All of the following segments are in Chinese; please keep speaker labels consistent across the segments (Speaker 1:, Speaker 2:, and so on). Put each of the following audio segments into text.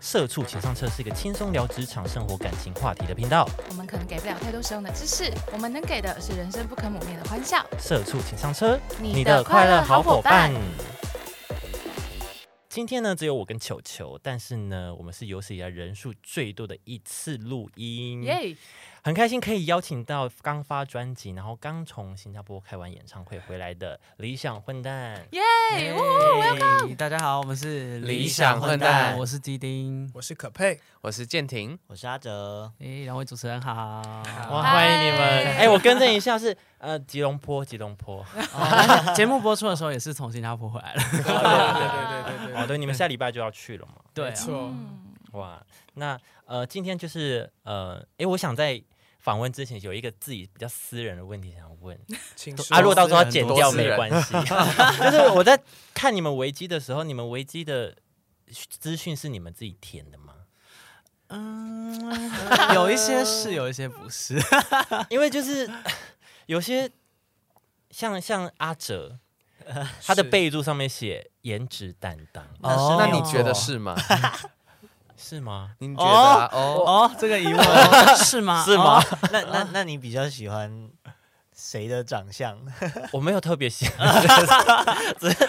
Speaker 1: 社畜情商车是一个轻松聊职场、生活、感情话题的频道。
Speaker 2: 我们可能给不了太多实用的知识，我们能给的是人生不可磨灭的欢笑。
Speaker 1: 社畜情商车，
Speaker 2: 你的快乐好伙伴。
Speaker 1: 今天呢，只有我跟球球，但是呢，我们是有史以来人数最多的一次录音，
Speaker 2: 耶！
Speaker 1: 很开心可以邀请到刚发专辑，然后刚从新加坡开完演唱会回来的理想混蛋。
Speaker 3: 哎
Speaker 2: 耶！呜
Speaker 3: 嘿大家好，我们是
Speaker 4: 理想混蛋
Speaker 3: 我是基丁，
Speaker 5: 我是可佩，
Speaker 4: 我是建廷，
Speaker 6: 我是阿哲，
Speaker 3: 诶，哎两位主持人好。
Speaker 1: 哇，
Speaker 2: 嗨
Speaker 1: 欢迎你们！哎，我更正一下，是呃吉隆坡，吉隆 坡。
Speaker 3: 哦 节目播出的时候也是从新加坡回来了，
Speaker 5: 对对对对
Speaker 1: 哦，对，你们下礼拜就要去了嘛？
Speaker 3: 对
Speaker 5: 没
Speaker 3: 啊，
Speaker 5: 错，
Speaker 1: 哇，那呃，今天就是呃，诶，我想在访问之前有一个自己比较私人的问题想问，
Speaker 5: 请
Speaker 1: 啊，
Speaker 5: 说
Speaker 1: 如果到时候要
Speaker 3: 私人
Speaker 1: 剪
Speaker 3: 多
Speaker 1: 掉
Speaker 3: 私
Speaker 1: 没
Speaker 4: 人
Speaker 1: 关 系，就是我在看你们维基的时候，你们维基的资讯是你们自己填的吗？
Speaker 3: 嗯， 有一些是，有一些不是。
Speaker 1: 因为就是有些像像阿哲，他的
Speaker 5: 是
Speaker 1: 备注上面写颜值担当，
Speaker 3: 呃哦
Speaker 4: 那你觉得是吗？
Speaker 1: 是吗？
Speaker 4: 你觉得啊哦，
Speaker 3: 哦，这个疑 问是吗？
Speaker 1: 是吗
Speaker 3: 哦？
Speaker 6: 那那那你比较喜欢谁的长相？
Speaker 1: 我没有特别写，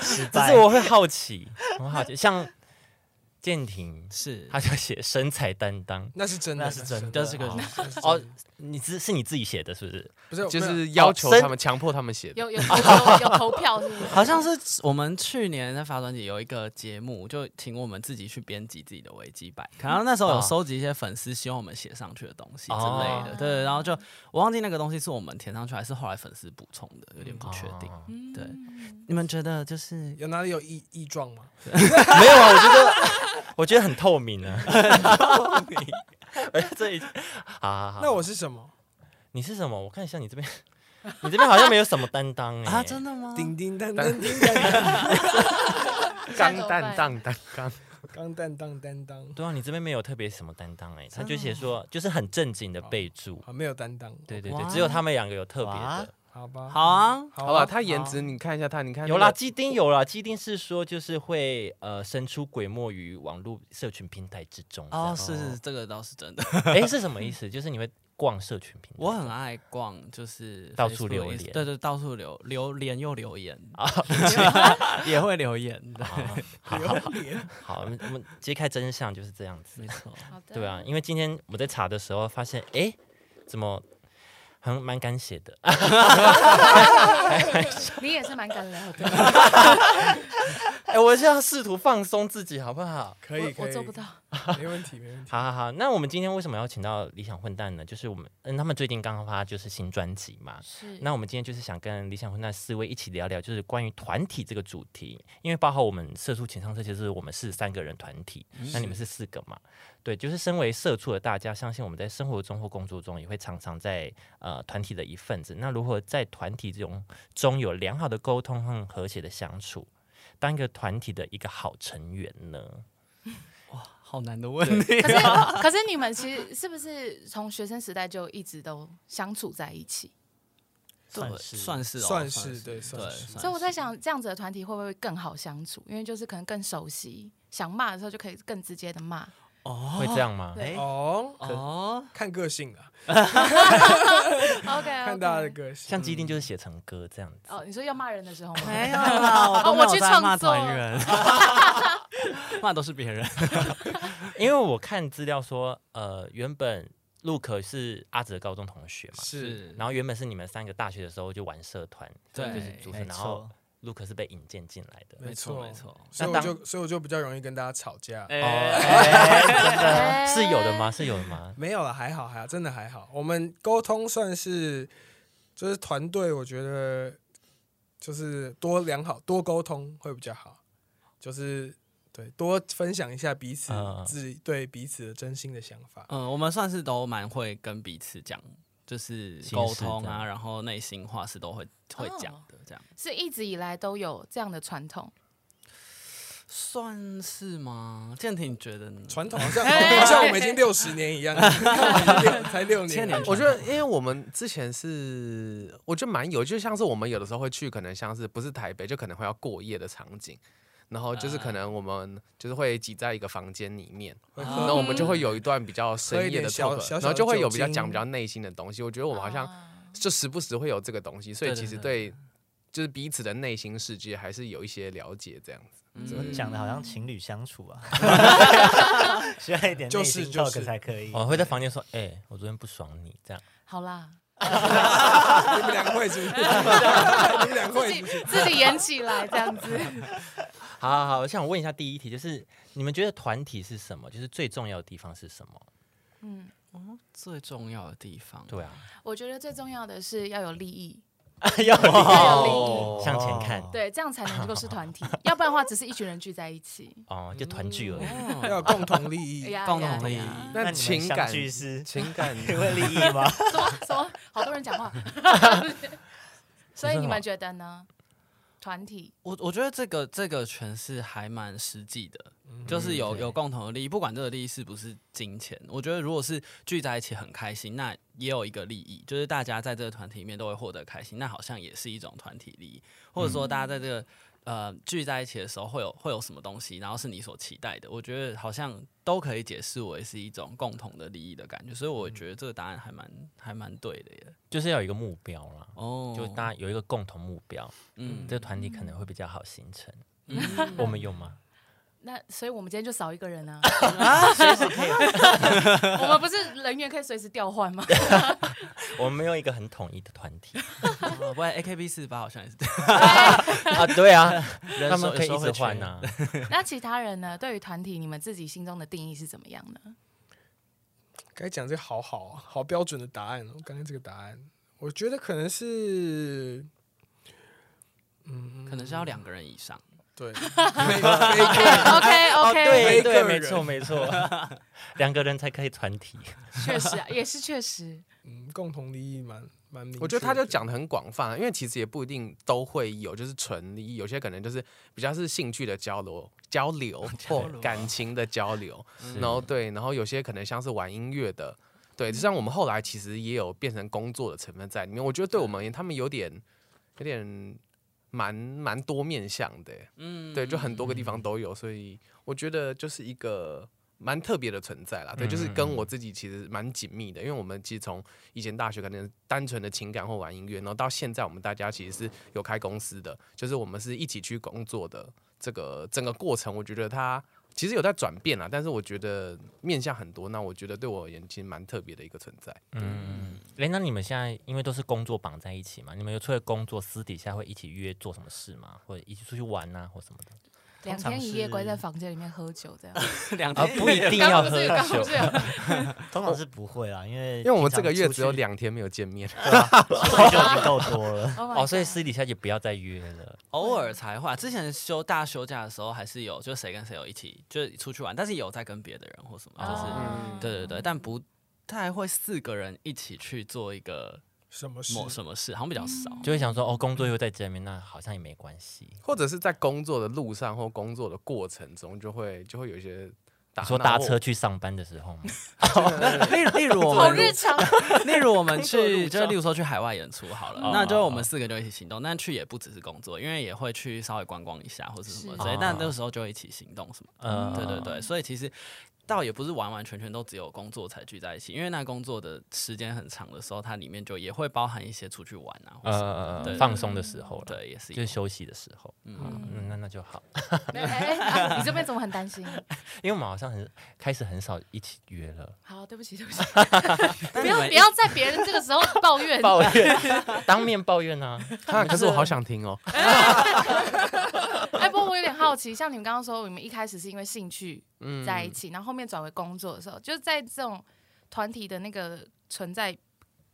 Speaker 6: 失
Speaker 1: 只
Speaker 6: 败
Speaker 1: 是我会好奇，我好奇，像建廷，
Speaker 3: 是，
Speaker 1: 他就写身材担当。
Speaker 5: 那是真的，
Speaker 6: 那是真的
Speaker 3: 这是个
Speaker 5: 哦那是
Speaker 1: 哦
Speaker 5: 真的，
Speaker 1: 你自是你自己写的，是不是？
Speaker 5: 不是
Speaker 4: 就
Speaker 5: 没有
Speaker 4: 是要求
Speaker 1: 哦
Speaker 4: 他们，强迫他们写的。
Speaker 2: 有有有 有有投票是不是？
Speaker 3: 好像是我们去年在发专辑有一个节目，就请我们自己去编辑自己的维基百科，然后那时候有收集一些粉丝希望我们写上去的东西之类
Speaker 1: 哦
Speaker 3: 的，对，然后就我忘记那个东西是我们填上去还是后来粉丝补充的，有点不确定。
Speaker 1: 哦
Speaker 2: 嗯
Speaker 3: 对你们觉得就是
Speaker 5: 有哪里有异异状吗？
Speaker 1: 没有啊，我觉得我觉得很透明啊，透明。哎，这已经好好好。
Speaker 5: 那我是什么？
Speaker 1: 你是什么？我看一下你这边，你这边好像没有什么担当哎、
Speaker 3: 啊，真的吗？
Speaker 5: 叮叮当当叮当当，
Speaker 4: 钢蛋当当钢，
Speaker 5: 钢蛋当担当，
Speaker 1: 对啊，你这边没有特别什么担当哎、他就写说就是很正经的备注，
Speaker 5: 哦啊，没有担当，
Speaker 1: 对对对，
Speaker 3: 哇
Speaker 1: 只有他们两个有特别
Speaker 6: 哇
Speaker 1: 的。
Speaker 5: 好吧，
Speaker 3: 好啊，
Speaker 5: 好
Speaker 4: 好
Speaker 5: 吧，
Speaker 4: 吧，他颜值你看一下他，你看
Speaker 1: 有
Speaker 4: 那
Speaker 1: 啦，
Speaker 4: 个，
Speaker 1: 基丁有啦，基丁是说就是会呃生出鬼没于网络社群平台之中。
Speaker 3: 哦，
Speaker 1: 这样
Speaker 3: 是是，这个倒是真的。
Speaker 5: 哦
Speaker 1: 哎、是什么意思？就是你会逛社群平台？
Speaker 3: 我很爱逛，就是
Speaker 1: 到处
Speaker 3: Facebook
Speaker 1: 留
Speaker 3: Inst-
Speaker 1: 言
Speaker 3: 对对，到处留留言又留言也会留言的，
Speaker 1: 啊好好
Speaker 5: 榴莲，
Speaker 1: 好，我们我们揭开真相就是这样子
Speaker 3: 没。错。
Speaker 2: 好的，
Speaker 1: 对啊，，因为今天我在查的时候发现，哎，怎么很蛮敢写的？
Speaker 2: 你也是蛮敢聊 的，
Speaker 1: 哎，我是要试图放松自己，好不好？
Speaker 5: 可以，
Speaker 2: 我
Speaker 5: 可
Speaker 2: 我
Speaker 5: 以，
Speaker 2: 做不到，
Speaker 5: 没问题，没问题。
Speaker 1: 好好好，那我们今天为什么要请到理想混蛋呢？就是我们，嗯，他们最近刚发就是新专辑嘛。
Speaker 2: 是
Speaker 1: 那我们今天就是想跟理想混蛋四位一起聊聊，就是关于团体这个主题，因为包括我们社畜情商社，其实我们是三个人团体，那你们是四个嘛？对，就是身为社畜的大家，相信我们在生活中或工作中也会常常在呃团体的一份子。那如何在团体这种中有良好的沟通和和谐的相处，当一个团体的一个好成员呢？
Speaker 3: 好难的问题。
Speaker 2: 可是可是你们其实是不是从学生时代就一直都相处在一起？
Speaker 3: 对
Speaker 6: 算是
Speaker 3: 算是哦
Speaker 5: 算
Speaker 3: 是
Speaker 5: 是对算
Speaker 3: 对
Speaker 5: 是
Speaker 3: 算
Speaker 2: 所以我在想，这样子的团体会不会更好相处？因为就是可能更熟悉，想骂的时候就可以更直接的骂。
Speaker 1: 会这样吗？
Speaker 6: 哎，
Speaker 5: 哦，
Speaker 3: 哦，
Speaker 5: 看个性啊，
Speaker 2: OK，
Speaker 5: 看大家的个性。
Speaker 1: 像基定就是写成歌这样子。
Speaker 2: 哦，你说要骂人的时候吗？
Speaker 3: 没有啦， 哦我都没有
Speaker 2: 我去
Speaker 3: 在
Speaker 2: 创
Speaker 3: 骂
Speaker 2: 作
Speaker 3: 团员， 骂都是别人。
Speaker 1: 因为我看资料说，呃，原本陆可是阿哲高中同学嘛，
Speaker 5: 是，
Speaker 1: 然后原本是你们三个大学的时候就玩社团，
Speaker 3: 对
Speaker 1: 就是组成，
Speaker 6: 没
Speaker 1: 然后
Speaker 6: 错，
Speaker 1: 陆可是被引荐进来的。
Speaker 5: 没错
Speaker 3: 没错。
Speaker 5: 所以
Speaker 1: 那当
Speaker 5: 我就，所以我就比较容易跟大家吵架。
Speaker 1: 哦，
Speaker 3: 哎，
Speaker 1: 哎真
Speaker 2: 哎
Speaker 1: 的是有的吗？是有的吗？
Speaker 5: 没有了，还好，还好，真的还好。我们沟通算是，就是团队，我觉得就是多良好，多沟通会比较好。就是对，多分享一下彼此
Speaker 1: 嗯嗯
Speaker 5: 自己对彼此的真心的想法。
Speaker 3: 嗯，我们算是都蛮会跟彼此讲，就是
Speaker 1: 心
Speaker 3: 沟
Speaker 1: 事
Speaker 3: 通
Speaker 1: 这
Speaker 3: 啊，
Speaker 1: 样
Speaker 3: 然后内心话是都会会讲
Speaker 2: 哦
Speaker 3: 的，这样
Speaker 2: 是一直以来都有这样的传统。
Speaker 3: 算是吗？建廷你觉得呢？
Speaker 5: 传统好像好像我们已经六十年一样，六才六
Speaker 3: 千
Speaker 5: 年
Speaker 3: 年，
Speaker 4: 我觉得，因为我们之前是，我觉得蛮有，就像是我们有的时候会去，可能像是不是台北，就可能会要过夜的场景。然后就是可能我们就是会挤在一个房间里面，
Speaker 5: 会
Speaker 4: 然
Speaker 5: 喝
Speaker 4: 后我们就会有一段比较深
Speaker 5: 嗯喝一
Speaker 4: 夜的
Speaker 5: 点小
Speaker 4: talk，
Speaker 5: 小小
Speaker 4: 然
Speaker 5: 的
Speaker 4: 后就会有比较
Speaker 5: 酒精
Speaker 4: 讲比较内心的东西。我觉得我们好像
Speaker 2: 啊
Speaker 4: 就时不时会有这个东西，所以
Speaker 3: 对对
Speaker 4: 其实对就是彼此的内心世界还是有一些了解这样子。
Speaker 6: 怎么
Speaker 3: 嗯
Speaker 6: 讲的好像情侣相处啊？需要一点
Speaker 5: 就
Speaker 6: 内
Speaker 5: 是
Speaker 6: 心
Speaker 5: 就
Speaker 6: talk
Speaker 5: 是
Speaker 6: 才可以。
Speaker 1: 我会在房间说，哎、我昨天不爽你这样，
Speaker 2: 好啦，
Speaker 5: 你们两个会是 不是？你们两个
Speaker 2: 自
Speaker 5: 会
Speaker 2: 己
Speaker 5: 是不是？
Speaker 2: 自己演起来这样子。
Speaker 1: 好好好，我想问一下第一题，就是你们觉得团体是什么？就是最重要的地方是什么？
Speaker 2: 嗯，
Speaker 3: 最重要的地方，
Speaker 1: 对啊，
Speaker 2: 我觉得最重要的是要有利益，
Speaker 1: 要哦
Speaker 2: 要有利益，
Speaker 1: 向前看，
Speaker 2: 对，这样才能够是团体，要不然的话只是一群人聚在一起。
Speaker 1: 哦，就团聚而已。
Speaker 2: 嗯
Speaker 3: 哦
Speaker 5: 要有共同利益
Speaker 2: 哎，呀
Speaker 3: 共
Speaker 2: 呀
Speaker 3: 同利益
Speaker 2: 呀
Speaker 6: 那
Speaker 4: 那
Speaker 6: 你
Speaker 4: 情
Speaker 6: 们相
Speaker 4: 感
Speaker 6: 聚是
Speaker 4: 情感
Speaker 6: 因为利益吗？
Speaker 2: 什么什么？好多人讲话，所以你们觉得呢？团体
Speaker 3: 我我觉得这个这个诠释还蛮实际的，就是有
Speaker 1: 对
Speaker 3: 有共同的利益，不管这个利益是不是金钱，我觉得如果是聚在一起很开心，那也有一个利益，就是大家在这个团体里面都会获得开心，那好像也是一种团体利益，或者说大家在这个。呃，聚在一起的时候会有会有什么东西，然后是你所期待的，我觉得好像都可以解释为是一种共同的利益的感觉，所以我觉得这个答案还蛮还蛮对的耶。
Speaker 1: 就是要有一个目标啦，
Speaker 3: 哦，
Speaker 1: 就大家有一个共同目标，
Speaker 3: 嗯
Speaker 1: 这个团体可能会比较好形成。
Speaker 3: 嗯
Speaker 1: 我们有吗？
Speaker 2: 那，所以我们今天就少一个人啊。
Speaker 1: 随时可以，
Speaker 2: 我们不是人员可以随时调换吗？
Speaker 1: 我们没有一个很统一的团体
Speaker 3: 哦 不然 AKB 四十八好像也是这样，
Speaker 1: 啊。对 啊，
Speaker 3: 人
Speaker 1: 他们
Speaker 3: 手
Speaker 1: 可以
Speaker 3: 手
Speaker 1: 一
Speaker 3: 会
Speaker 1: 直换
Speaker 3: 全
Speaker 1: 啊。
Speaker 2: 那其他人呢？对于团体，你们自己心中的定义是怎么样呢？
Speaker 5: 该讲这个好好啊好标准的答案哦。刚刚这个答案，我觉得可能是
Speaker 3: 可能是要两个人以上。
Speaker 5: 对每每一个
Speaker 2: OK
Speaker 1: 哦，对
Speaker 2: OK，
Speaker 1: 对，
Speaker 5: 每
Speaker 1: 没
Speaker 5: 一个
Speaker 1: 错没 错，两个人才可以团体。
Speaker 2: 确实啊，也是确实，
Speaker 5: 嗯共同利益蛮蛮明确的。
Speaker 4: 我觉得他就讲的很广泛，因为其实也不一定都会有，就是纯利益，有些可能就是比较是兴趣的交流、交流或感情的交流，然后对，然后有些可能像是玩音乐的，对，就像我们后来其实也有变成工作的成分在里面。我觉得对我们而言，他们有点有点蛮蛮多面向的，欸
Speaker 3: 嗯
Speaker 4: 对，就很多个地方都有，所以我觉得就是一个蛮特别的存在啦。对，
Speaker 3: 嗯
Speaker 4: 就是跟我自己其实蛮紧密的，因为我们其实从以前大学可能单纯的情感或玩音乐，然后到现在我们大家其实是有开公司的，就是我们是一起去工作的。这个整个过程，我觉得它其实有在转变啊啦，但是我觉得面向很多，那我觉得对我而言其实蛮特别的一个存在。
Speaker 1: 嗯，哎，那你们现在因为都是工作绑在一起嘛，你们有除了工作，私底下会一起约做什么事吗？或者一起出去玩啊，或什么的？
Speaker 2: 两天一夜关在房间里面喝酒这样。
Speaker 3: 两
Speaker 1: 啊，
Speaker 3: 天
Speaker 1: 不一定要
Speaker 2: 刚
Speaker 1: 喝
Speaker 2: 不是刚不
Speaker 1: 酒
Speaker 2: 是。 有。
Speaker 6: 通常是不会啦，因为因
Speaker 4: 因为我们这个月只有两天没有见面，
Speaker 6: 就已经够多了
Speaker 2: Oh my
Speaker 1: 哦，所以
Speaker 2: God
Speaker 1: 私底下就不要再约了。
Speaker 3: 偶尔才会啊。之前休大休假的时候，还是有就谁跟谁有一起就是出去玩，但是有在跟别的人或什么，就是、
Speaker 1: 哦
Speaker 2: 啊
Speaker 3: 对对对，但不太会四个人一起去做一个
Speaker 5: 什么事？
Speaker 3: 某什么事，好像比较少。
Speaker 1: 就会想说，哦，工作又在这边，那好像也没关系。
Speaker 4: 或者是在工作的路上或工作的过程中，就会就会有一些打
Speaker 1: 你说
Speaker 4: 闹
Speaker 1: 搭
Speaker 4: 或
Speaker 1: 车去上班的时候吗？
Speaker 3: 例如例如我
Speaker 2: 嗯好
Speaker 3: 们
Speaker 2: 日常，
Speaker 3: 例如我们去，
Speaker 1: 路
Speaker 3: 就是例如说去海外演出好了，
Speaker 1: 哦
Speaker 3: 那就我们四个就一起行动，但去也不只是工作，因为也会去稍微观光一下或者什么之类
Speaker 1: 是，哦
Speaker 3: 但那个时候就一起行动什么。
Speaker 1: 嗯，
Speaker 3: 对对对，所以其实倒也不是完完全全都只有工作才聚在一起，因为那工作的时间很长的时候，它里面就也会包含一些出去玩啊，或
Speaker 1: 呃
Speaker 3: 是、
Speaker 1: 呃，
Speaker 3: 对
Speaker 1: 呃放松的时候了，
Speaker 3: 对，也是一
Speaker 1: 就是
Speaker 3: 种
Speaker 1: 休息的时候。
Speaker 3: 嗯，
Speaker 1: 嗯，那那就好，
Speaker 2: 没有 哎，哎啊你这边怎么很担心？
Speaker 1: 因为我们好像很开始很少一起约了，
Speaker 2: 好，对不起，对不起，不
Speaker 3: 但你
Speaker 2: 要
Speaker 3: 们
Speaker 2: 不要在别人这个时候抱 怨。
Speaker 1: 抱 怨，当面抱怨啊。
Speaker 4: 啊，可是我好想听哦。
Speaker 2: 哎，不过我有点好奇，像你们刚刚说，你们一开始是因为兴趣在一起，然后后面转为工作的时候，就是在这种团体的那个存在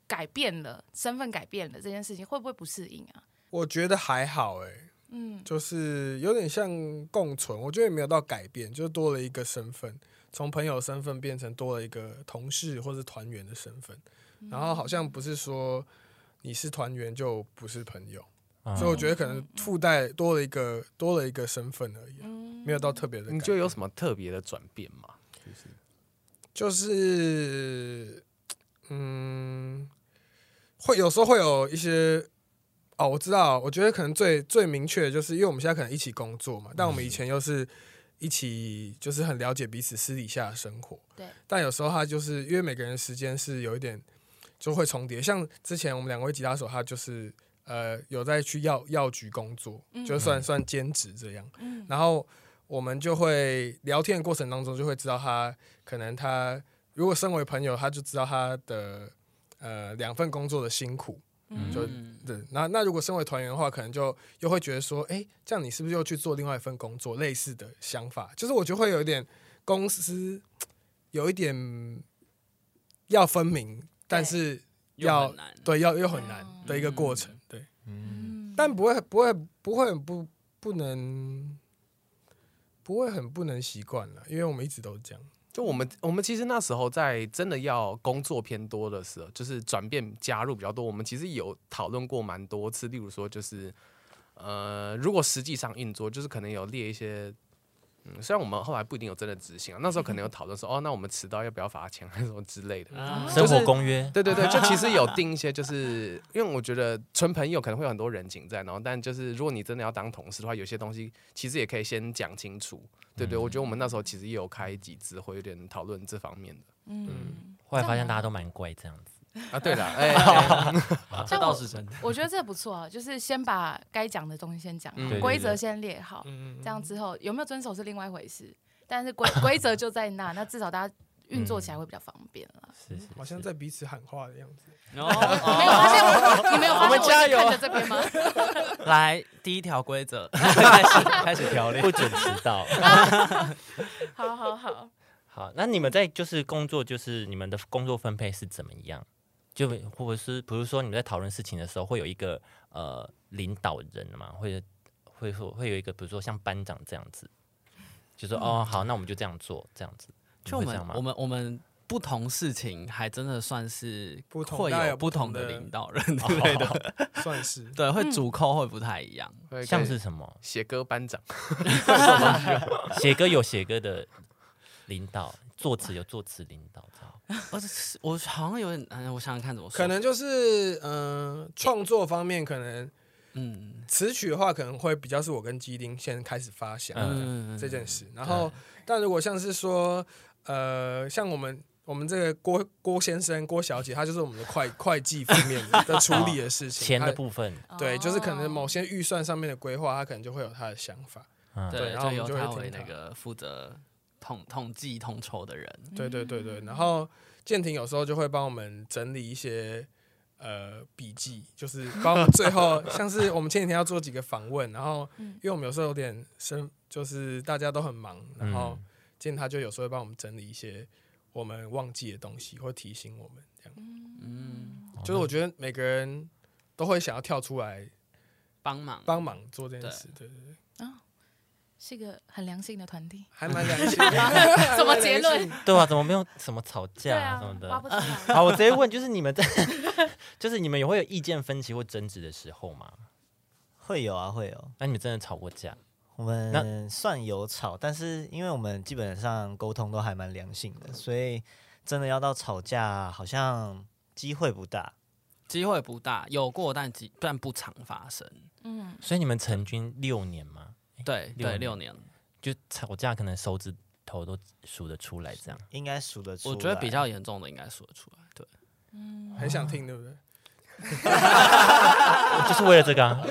Speaker 2: 改变了，身份改变了这件事情，会不会不适应啊？
Speaker 5: 我觉得还好哎、
Speaker 2: 嗯，
Speaker 5: 就是有点像共存，我觉得也没有到改变，就多了一个身份，从朋友身份变成多了一个同事或是团员的身份，然后好像不是说你是团员就不是朋友，
Speaker 1: 嗯
Speaker 5: 所以我觉得可能附带多了一个多了一个身份而已啊、
Speaker 2: 嗯
Speaker 5: 没有到特别的改变。
Speaker 4: 你觉得有什么特别的转变吗？
Speaker 5: 就是嗯，会有时候会有一些哦，我知道，我觉得可能最最明确的就是，因为我们现在可能一起工作嘛，但
Speaker 4: 嗯
Speaker 5: 我们以前又是一起，就是很了解彼此私底下的生活。
Speaker 2: 对。
Speaker 5: 但有时候他就是因为每个人时间是有一点就会重叠，像之前我们两位吉他手，他就是呃有在去药药局工作，就算算兼职这样。
Speaker 2: 嗯
Speaker 5: 然后我们就会聊天的过程当中，就会知道他可能他如果身为朋友，他就知道他的呃两份工作的辛苦。
Speaker 2: 嗯
Speaker 5: 就对，那那如果身为团员的话，可能就又会觉得说，哎、这样你是不是又去做另外一份工作？类似的想法，就是我觉得会有一点公司有一点要分明，但是
Speaker 3: 又
Speaker 5: 要
Speaker 3: 很难。
Speaker 5: 对要又很难的一个过程，对，
Speaker 2: 嗯
Speaker 5: 但不会不会不会很不不能不会很不能习惯了，因为我们一直都这样，
Speaker 4: 就我们我们其实那时候在真的要工作偏多的时候，就是转变加入比较多，我们其实有讨论过蛮多次，例如说就是呃，如果实际上运作，就是可能有列一些。嗯，虽然我们后来不一定有真的执行啊，那时候可能有讨论说，哦，那我们迟到要不要罚钱还是什么之类的。
Speaker 3: 啊
Speaker 1: 嗯生活公约，
Speaker 4: 对对对，就其实有定一些，就是因为我觉得纯朋友可能会有很多人情在，然后但就是如果你真的要当同事的话，有些东西其实也可以先讲清楚。对对，我觉得我们那时候其实也有开几次会有点讨论这方面的
Speaker 2: 嗯，
Speaker 1: 后来发
Speaker 3: 啊
Speaker 1: 现大家都蛮乖这样子。
Speaker 4: 啊。对了，哎，
Speaker 3: 这倒是真的。
Speaker 2: 我觉得这不错啊，就是先把该讲的东西先讲
Speaker 4: 嗯
Speaker 2: 好，
Speaker 1: 对
Speaker 2: 规
Speaker 1: 对
Speaker 2: 则
Speaker 1: 对
Speaker 2: 先列好，
Speaker 5: 嗯
Speaker 2: 这样之后有没有遵守是另外一回事，但是规规则就在那，那至少大家运作起来会比较方便了。
Speaker 1: 是是，
Speaker 5: 好像在彼此喊话的样子，
Speaker 3: 哦
Speaker 2: 没有发现 我，你没有发
Speaker 3: 我
Speaker 2: 现
Speaker 3: 们
Speaker 2: 我
Speaker 3: 加
Speaker 2: 是
Speaker 3: 油
Speaker 2: 看着这边吗？
Speaker 3: 来，第一条 规则开始开始条例
Speaker 1: 不。准迟到。
Speaker 2: 好好好，
Speaker 1: 好，那你们在就是工作，就是你们的工作分配是怎么样？就或者是比如说你们在讨论事情的时候，会有一个呃领导人嘛，或者会说会有一个，比如说像班长这样子，就说、哦好，那我们就这样做，这样子，
Speaker 3: 就我
Speaker 1: 你们会这样
Speaker 3: 们
Speaker 1: 吗？
Speaker 3: 我们我们不同事情还真的算是
Speaker 5: 不同
Speaker 3: 会
Speaker 5: 大家
Speaker 3: 有
Speaker 5: 有
Speaker 3: 不
Speaker 5: 不
Speaker 3: 同
Speaker 5: 同
Speaker 3: 的
Speaker 5: 的
Speaker 3: 领导 人之类
Speaker 1: 哦
Speaker 3: 的，
Speaker 5: 算是
Speaker 3: 对，会主扣会不太一样。
Speaker 4: 对
Speaker 1: 像是什么
Speaker 4: 写歌班长，
Speaker 1: 写歌有写歌的领导，作词有作词领导，这样
Speaker 3: 而且我好像有点，嗯，我想想看怎么说，
Speaker 5: 可能就是嗯创、作方面可能。
Speaker 3: 嗯
Speaker 5: 词曲的话，可能会比较是我跟基丁先开始发想、
Speaker 3: 嗯
Speaker 5: 这件事。然后，但如果像是说，呃，像我们我们这个郭郭先生、郭小姐，她就是我们的会会计方面 的处理的事情。
Speaker 1: 钱的
Speaker 5: 她
Speaker 1: 部分，
Speaker 5: 对，就是可能
Speaker 2: 哦
Speaker 5: 某些预算上面的规划，她可能就会有她的想法。
Speaker 1: 嗯，
Speaker 5: 对
Speaker 3: 对，
Speaker 5: 然后
Speaker 3: 就由
Speaker 5: 我们
Speaker 3: 他
Speaker 5: 就会
Speaker 3: 为
Speaker 5: 听
Speaker 3: 那
Speaker 5: 他
Speaker 3: 个负责统统计统筹的人。
Speaker 5: 对对对对。然后建廷有时候就会帮我们整理一些。呃，笔记就是帮我们 最后，像是我们前几天要做几个访问，然后
Speaker 2: 嗯
Speaker 5: 因为我们有时候有点生，就是大家都很忙，然后
Speaker 1: 嗯
Speaker 5: 见他就有时候会帮我们整理一些我们忘记的东西，或提醒我们这样。
Speaker 3: 嗯，
Speaker 5: 就是我觉得每个人都会想要跳出来
Speaker 3: 帮忙。
Speaker 5: 帮忙做这件事，对对 对，，
Speaker 2: 是一个很良性的团体
Speaker 5: 还蛮良心的。
Speaker 2: 什么结论？
Speaker 1: 对啊，怎么没有什么吵
Speaker 2: 对
Speaker 1: 架啊
Speaker 2: 啊
Speaker 1: 什么，的，
Speaker 2: 挖不出来。
Speaker 1: 好，我直接问，就是你们在， 就是你们也会有意见分歧或争执的时候吗？
Speaker 6: 会有啊，会有。
Speaker 1: 那你们真的吵过架？
Speaker 6: 我们算有吵，但是因为我们基本上沟通都还蛮良性的，所以真的要到吵架，好像机会不大。
Speaker 3: 机会不大，有过但几但不常发生。
Speaker 2: 嗯，
Speaker 1: 所以你们成军六年嘛，
Speaker 3: 对
Speaker 1: 六
Speaker 3: 对，
Speaker 1: 年
Speaker 3: 六年，
Speaker 1: 就吵架可能手指头都数得出来，这样
Speaker 6: 应该数得出
Speaker 3: 我
Speaker 6: 来。
Speaker 3: 觉得比较严重的应该说得出来。对，
Speaker 5: 很想听，对不对？
Speaker 1: 就是为了这个啊、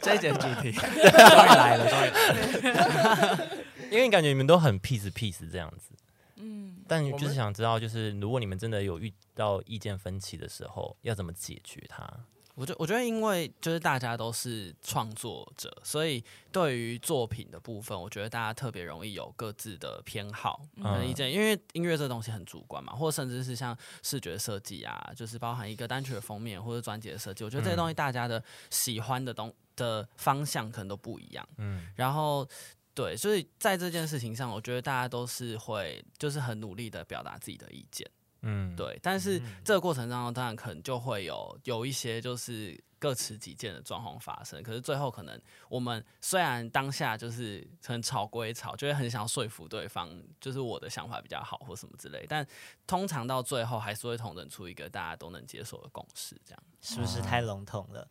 Speaker 3: 这一节主 题
Speaker 1: 终于来了，终于来了。因为感觉你们都很 peace peace 这样子，嗯，但
Speaker 5: 我
Speaker 1: 就是
Speaker 5: 们
Speaker 1: 想知道，就是如果你们真的有遇到意见分歧的时候，要怎么解决它？
Speaker 3: 我觉我觉得，因为就是大家都是创作者，所以对于作品的部分，我觉得大家特别容易有各自的偏好跟意见，因为音乐这东西很主观嘛，或甚至是像视觉设计啊，就是包含一个单曲的封面或者专辑的设计，我觉得这些东西大家的喜欢的东的方向可能都不一样。
Speaker 1: 嗯，
Speaker 3: 然后对，所以在这件事情上，我觉得大家都是会就是很努力的表达自己的意见。
Speaker 1: 嗯，
Speaker 3: 对，但是这个过程当中，当然可能就会有有一些就是各持己见的状况发生。可是最后可能我们虽然当下就是很吵归吵，就会很想要说服对方，就是我的想法比较好或什么之类，但通常到最后还是会统整出一个大家都能接受的共识，这样。
Speaker 6: 是不是
Speaker 1: 啊
Speaker 6: 太笼统了？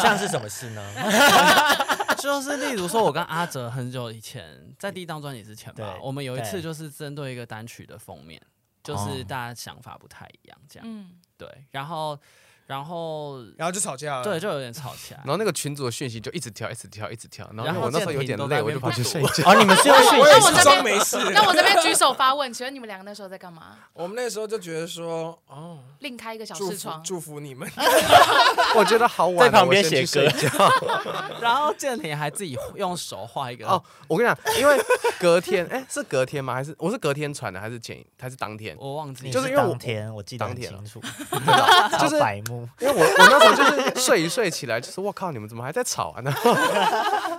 Speaker 7: 像是什么事呢？
Speaker 3: 啊就是例如说，我跟阿哲很久以前在第一张专辑之前吧
Speaker 6: 对，
Speaker 3: 我们有一次
Speaker 6: 对
Speaker 3: 就是针对一哦个单曲的封面，就是大家想法不太一样，这样、
Speaker 2: 嗯，
Speaker 3: 对。然后，然后
Speaker 5: 然后就吵架了。
Speaker 3: 对，就有点吵起来
Speaker 4: 然。后那个群主的讯息就一直跳，一直跳，一直跳。然后因
Speaker 3: 然
Speaker 4: 为
Speaker 3: 后
Speaker 4: 我那时候有点
Speaker 3: 建平都在
Speaker 4: 累，
Speaker 3: 那
Speaker 4: 我
Speaker 3: 边
Speaker 4: 就跑去
Speaker 3: 不
Speaker 4: 睡
Speaker 3: 读
Speaker 4: 觉。
Speaker 1: 哦，你们 是用
Speaker 5: 我也
Speaker 1: 讯息
Speaker 5: 是装没事。
Speaker 2: 那我这边举手发问，请问你们两个那时候在干嘛？
Speaker 5: 我们那时候就觉得说，哦，
Speaker 2: 另开一个小
Speaker 5: 祝
Speaker 2: 视
Speaker 5: 福
Speaker 2: 窗，哎
Speaker 5: 祝福你们，
Speaker 4: 我觉得好晚了，
Speaker 1: 在旁边
Speaker 4: 我先去
Speaker 1: 写歌
Speaker 4: 睡觉。
Speaker 3: 然后建廷还自己用手画一个
Speaker 4: 哦，我跟你讲，因为隔天，哎，是隔天吗？还是我是隔天传的，还是前还是当天？
Speaker 3: 我忘记
Speaker 6: 你
Speaker 3: 了，
Speaker 4: 就是
Speaker 6: 是
Speaker 4: 因为我
Speaker 6: 当天我记得
Speaker 4: 当
Speaker 6: 很
Speaker 4: 天啊
Speaker 6: 清楚，
Speaker 4: 就
Speaker 6: 超
Speaker 4: 是
Speaker 6: 白目，
Speaker 4: 因为我我那时候就是睡一睡起来，就是我靠，你们怎么还在吵啊？然 后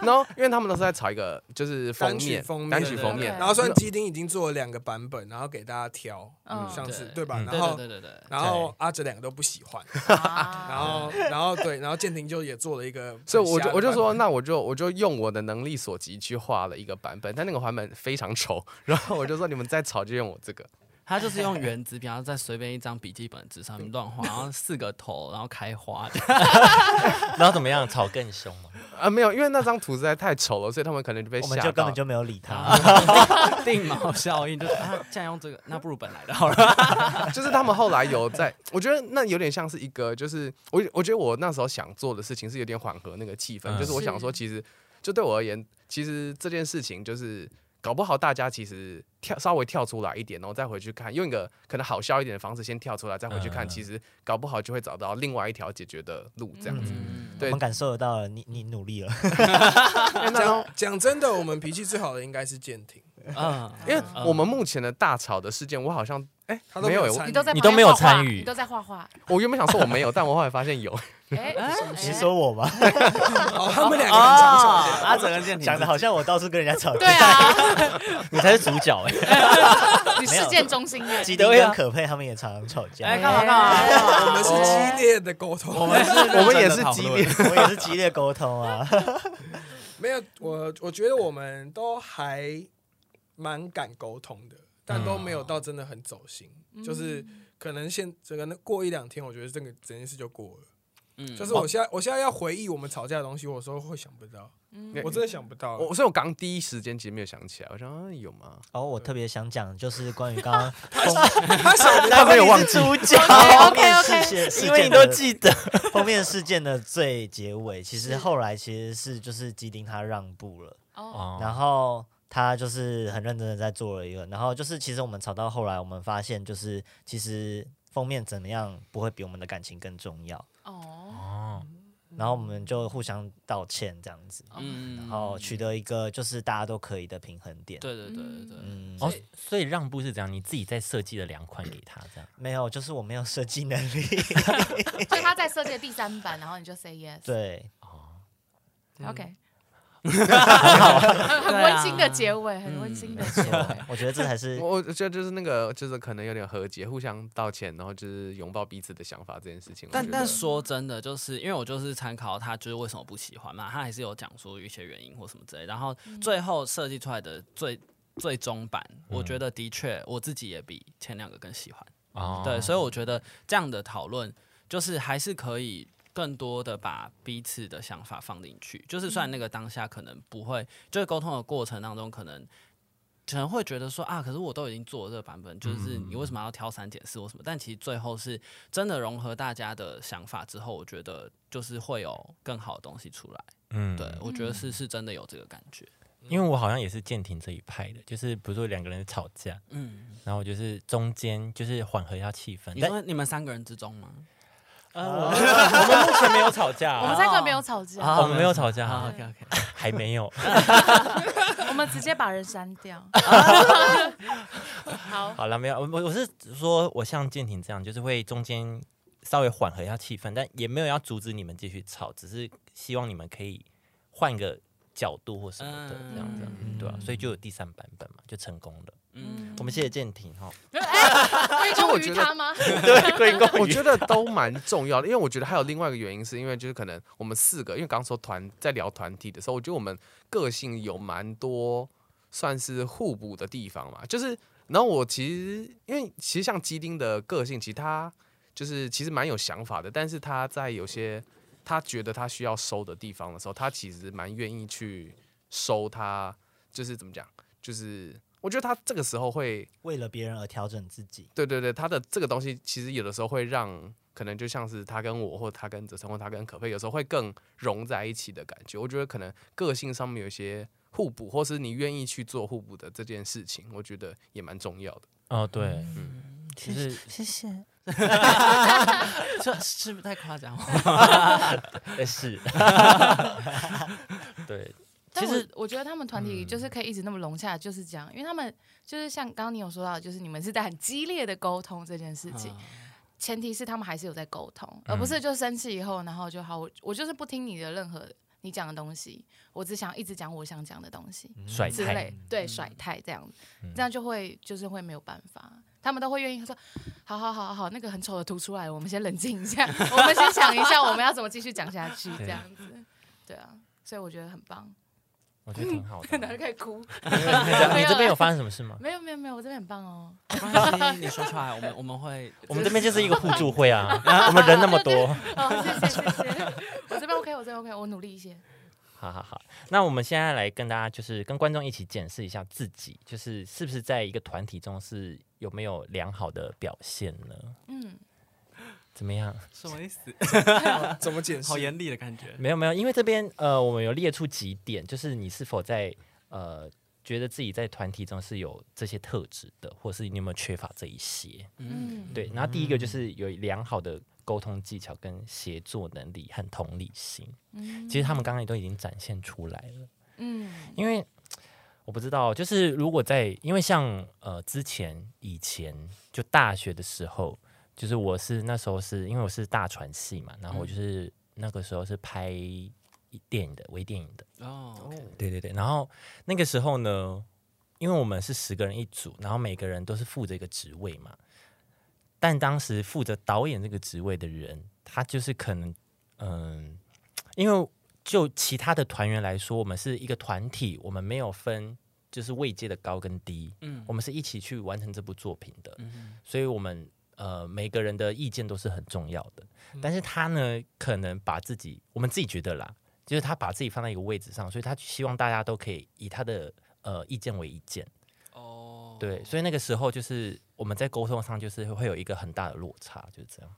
Speaker 4: 然后因为他们那时候在吵一个就是封
Speaker 5: 单曲
Speaker 4: 面
Speaker 5: 封面
Speaker 4: 单曲封
Speaker 2: 对对
Speaker 4: 面，
Speaker 2: 对
Speaker 5: 然后算基丁已经做了两个版本，然后给大家挑，
Speaker 2: 嗯
Speaker 5: 像是
Speaker 3: 对
Speaker 5: 对吧？
Speaker 1: 嗯
Speaker 5: 然
Speaker 3: 对对
Speaker 5: 后
Speaker 3: 对对对，
Speaker 5: 然后阿哲两个都不喜欢，然
Speaker 2: 然
Speaker 5: 后然后对，然后建廷就也做了一个很瞎
Speaker 4: 所
Speaker 5: 的版
Speaker 4: 以
Speaker 5: 本，
Speaker 4: 我就我就说，那我就我就用我的能力所及去画了一个版本，但那个版本非常丑，然后我就说你们再吵就用我这个，
Speaker 3: 他就是用原子笔，然后在随便一张笔记本纸上面乱画，然后四个头，然后开花，
Speaker 1: 然后怎么样？吵更凶嘛？
Speaker 4: 啊，没有，因为那张图实在太丑了，所以他们可能就被
Speaker 6: 我
Speaker 4: 吓
Speaker 6: 们
Speaker 4: 到。
Speaker 6: 就根本就没有理
Speaker 3: 然
Speaker 6: 他。
Speaker 3: 后定毛效应，就是啊，既然用这个，那不如本来的好了。
Speaker 4: 就是他们后来有在，我觉得那有点像是一个，就是我我觉得我那时候想做的事情是有点缓和那个气氛，
Speaker 1: 嗯
Speaker 4: 就是我想说，
Speaker 2: 是
Speaker 4: 其实就对我而言，其实这件事情就是搞不好大家其实跳稍微跳出来一点，然后再回去看，用一个可能好笑一点的方式先跳出来，再回去看，
Speaker 1: 嗯嗯
Speaker 4: 其实搞不好就会找到另外一条解决的路这样子。
Speaker 3: 嗯
Speaker 6: 我
Speaker 4: 对
Speaker 6: 们感受得到了，你你努力了，
Speaker 5: 讲讲真的，我们脾气最好的应该是建廷，
Speaker 3: 嗯，
Speaker 4: 因为我们目前的大吵的事件，我好像哎、
Speaker 5: 他都
Speaker 4: 没有
Speaker 5: 有
Speaker 4: 欸，我
Speaker 5: 参与
Speaker 2: 你都在
Speaker 1: 你都
Speaker 2: 旁边
Speaker 1: 没有
Speaker 2: 画画
Speaker 1: 参与
Speaker 2: 你都在画画。
Speaker 4: 我原本想说我没有，但我后来发现有。
Speaker 2: 哎，
Speaker 6: 你
Speaker 2: 哎
Speaker 6: 是说我吗？
Speaker 5: 哦，他们两个人常吵架，
Speaker 3: 阿哲跟建廷
Speaker 6: 讲的好像我到处跟人家吵
Speaker 2: 对
Speaker 6: 架。
Speaker 2: 啊，
Speaker 1: 你才是主角哎、
Speaker 2: 你
Speaker 6: 没有
Speaker 2: 事件中心耶。
Speaker 6: 基丁
Speaker 1: 对啊
Speaker 6: 跟可佩他们也常常吵架，
Speaker 3: 哎，干 嘛干嘛？
Speaker 2: 哦
Speaker 5: 我们是激烈的沟
Speaker 6: 哦
Speaker 5: 通，我们
Speaker 4: 我们也是激烈，
Speaker 6: 我也是激烈沟通啊。
Speaker 5: 没有，我我觉得我们都还蛮敢沟通的，但都没有到真的很走心，
Speaker 2: 嗯
Speaker 5: 就是可能现这个那过一两天，我觉得这个整件事就过了。
Speaker 3: 嗯
Speaker 5: 就是我现在，我现在要回忆我们吵架的东西，我有时候会想不到，我 真的想不到。
Speaker 4: 我所以，我刚第一时间其实没有想起来，我想、啊、有吗？
Speaker 6: 然哦后我特别想讲，就是关于刚刚
Speaker 5: 他想不到
Speaker 1: 他没有忘记主 角，
Speaker 6: 事
Speaker 2: OK，OK，OK
Speaker 6: 件，事
Speaker 1: 因为
Speaker 6: 件
Speaker 1: 你都
Speaker 6: 的
Speaker 1: 记得。
Speaker 6: 封面事件的最结尾，其实
Speaker 2: 是
Speaker 6: 后来其实是就是基丁他让步了，
Speaker 2: 哦，
Speaker 1: 哦，
Speaker 6: 然后他就是很认真的在做了一个，然后就是其实我们吵到后来，我们发现就是其实封面怎么样不会比我们的感情更重要，
Speaker 2: 哦，
Speaker 6: 然后我们就互相道歉这样子，
Speaker 3: 嗯
Speaker 6: 然后取得一个就是大家都可以的平衡点。
Speaker 3: 对对对对对，
Speaker 6: 嗯，
Speaker 1: 哦，所以让步是怎样？你自己再设计了两款给他，这样。
Speaker 6: 没有，就是我没有设计能力。
Speaker 2: 所以他在设计的第三版，然后你就 say yes。
Speaker 6: 对，
Speaker 1: 哦
Speaker 2: OK，很很温馨的结尾，很温馨的
Speaker 1: 嗯
Speaker 2: 结尾。
Speaker 6: 我觉得这才是
Speaker 4: 我我觉得就是那个，就是可能有点和解，互相道歉，然后就是拥抱彼此的想法这件事情。
Speaker 3: 但
Speaker 4: 我觉得
Speaker 3: 但说真的，就是因为我就是参考他，就是为什么不喜欢嘛，他还是有讲出一些原因或什么之类。然后最后设计出来的最最终版，我觉得的确我自己也比前两个更喜欢。
Speaker 1: 哦，
Speaker 3: 对，所以我觉得这样的讨论就是还是可以更多的把彼此的想法放进去。就是虽然那个当下可能不会，就是沟通的过程当中可能。可能会觉得说啊，可是我都已经做了这个版本，就是你为
Speaker 1: 嗯
Speaker 3: 什么要挑三拣四或什么？但其实最后是真的融合大家的想法之后，我觉得就是会有更好的东西出来。
Speaker 1: 嗯
Speaker 3: 对，我觉得是是真的有这个感觉。
Speaker 1: 因为我好像也是舰艇这一派的，就是比如说两个人吵架，
Speaker 3: 嗯，
Speaker 1: 然后我就是中间就是缓和一下气氛
Speaker 3: 你，
Speaker 1: 但
Speaker 3: 说你们三个人之中吗？
Speaker 1: 我们目前没有吵架
Speaker 2: 我们
Speaker 1: 啊，
Speaker 2: 三个没有吵架，
Speaker 1: 我们没有吵架
Speaker 3: 啊
Speaker 1: 啊，
Speaker 3: ，OK OK，
Speaker 1: 还没有。
Speaker 2: 我们直接把人删掉。
Speaker 1: 啊
Speaker 2: 好，
Speaker 1: 好了，没有，我我是说，我像舰艇这样，就是会中间稍微缓和一下气氛，但也没有要阻止你们继续吵，只是希望你们可以换个角度或什么的这样子啊，
Speaker 6: 嗯
Speaker 1: 对啊，所以就有第三版本嘛，就成功了。
Speaker 3: 嗯，
Speaker 1: 我们谢谢建廷哈，
Speaker 2: 归
Speaker 4: 就
Speaker 2: 功
Speaker 4: 我
Speaker 2: 于
Speaker 4: 觉得
Speaker 2: 他吗？
Speaker 1: 对，归功于
Speaker 4: 我觉得都蛮重要的，因为我觉得还有另外一个原因，是因为就是可能我们四个，因为刚说团在聊团体的时候，我觉得我们个性有蛮多算是互补的地方嘛。就是，然后我其实因为其实像基丁的个性，其实他就是其实蛮有想法的，但是他在有些他觉得他需要收的地方的时候，他其实蛮愿意去收他，就是怎么讲，就是我觉得他这个时候会
Speaker 6: 为了别人而调整自己，
Speaker 4: 对对对，他的这个东西其实有的时候会让，可能就像是他跟我，或他跟泽成，或他跟可佩，有时候会更融在一起的感觉。我觉得可能个性上面有一些互补，或是你愿意去做互补的这件事情，我觉得也蛮重要的。
Speaker 1: 哦，对，嗯，其实
Speaker 6: 谢谢。
Speaker 3: 这 是不是太夸张了？
Speaker 1: 也是，对，
Speaker 2: 但
Speaker 1: 其
Speaker 2: 我
Speaker 1: 实嗯
Speaker 2: 我觉得他们团体就是可以一直那么融洽，就是这样，因为他们就是像刚刚你有说到，就是你们是在很激烈的沟通这件事情，前提是他们还是有在沟通，而不是就生气以后，然后就好，我我就是不听你的任何你讲的东西，我只想一直讲我想讲的东西
Speaker 1: 甩
Speaker 2: 之
Speaker 1: 太
Speaker 2: 类，对，甩态这样子，这样就会就是会没有办法。他们都会愿意说，好好好好好，那个很丑的图出来，我们先冷静一下，我们先想一下我们要怎么继续讲下去，这样子，对啊，所以我觉得很棒。
Speaker 1: 我觉得挺好的。
Speaker 2: 哪就开始哭？
Speaker 1: 你这边有发生什么事 吗？
Speaker 2: 没有没有没有，我这边很棒哦。
Speaker 3: 没关系，你说出 来，我们我们会，
Speaker 1: 我们这边就是一个互助会啊，我们人那么多，
Speaker 2: 哦，谢谢谢谢， 我这边 OK，我这边 OK，我努力一些。
Speaker 1: 好好好。那我们现在来跟大家，就是跟观众一起检视一下自己，就是是不是在一个团体中是有没有良好的表现呢？
Speaker 2: 嗯，
Speaker 1: 怎么样？
Speaker 3: 什么意思？
Speaker 5: 怎么解释？
Speaker 3: 好严厉的感觉。
Speaker 1: 没有没有，因为这边呃，我们有列出几点，就是你是否在呃觉得自己在团体中是有这些特质的，或是你有没有缺乏这一些？
Speaker 3: 嗯，
Speaker 2: 嗯，
Speaker 1: 对，然后第一个就是有良好的沟通技巧、跟协作能力和同理心。
Speaker 2: 嗯
Speaker 1: 其实他们刚刚也都已经展现出来了。
Speaker 2: 嗯
Speaker 1: 因为我不知道，就是如果在，因为像呃之前以前就大学的时候，就是我是那时候是因为我是大传系嘛，然后我
Speaker 2: 嗯
Speaker 1: 就是、那个时候是拍电影的微电影的，
Speaker 3: 哦，
Speaker 1: 对对对，然后那个时候呢，因为我们是十个人一组，然后每个人都是负责一个职位嘛。但当时负责导演这个职位的人，他就是可能，嗯，因为就其他的团员来说，我们是一个团体，我们没有分就是位阶的高跟低，
Speaker 3: 嗯
Speaker 1: 我们是一起去完成这部作品的，
Speaker 3: 嗯
Speaker 1: 所以我们呃每个人的意见都是很重要的。
Speaker 3: 嗯
Speaker 1: 但是他呢，可能把自己我们自己觉得啦，就是他把自己放在一个位置上，所以他希望大家都可以以他的呃意见为意见。
Speaker 3: 哦，
Speaker 1: 对，所以那个时候就是我们在沟通上就是会有一个很大的落差，就是这样。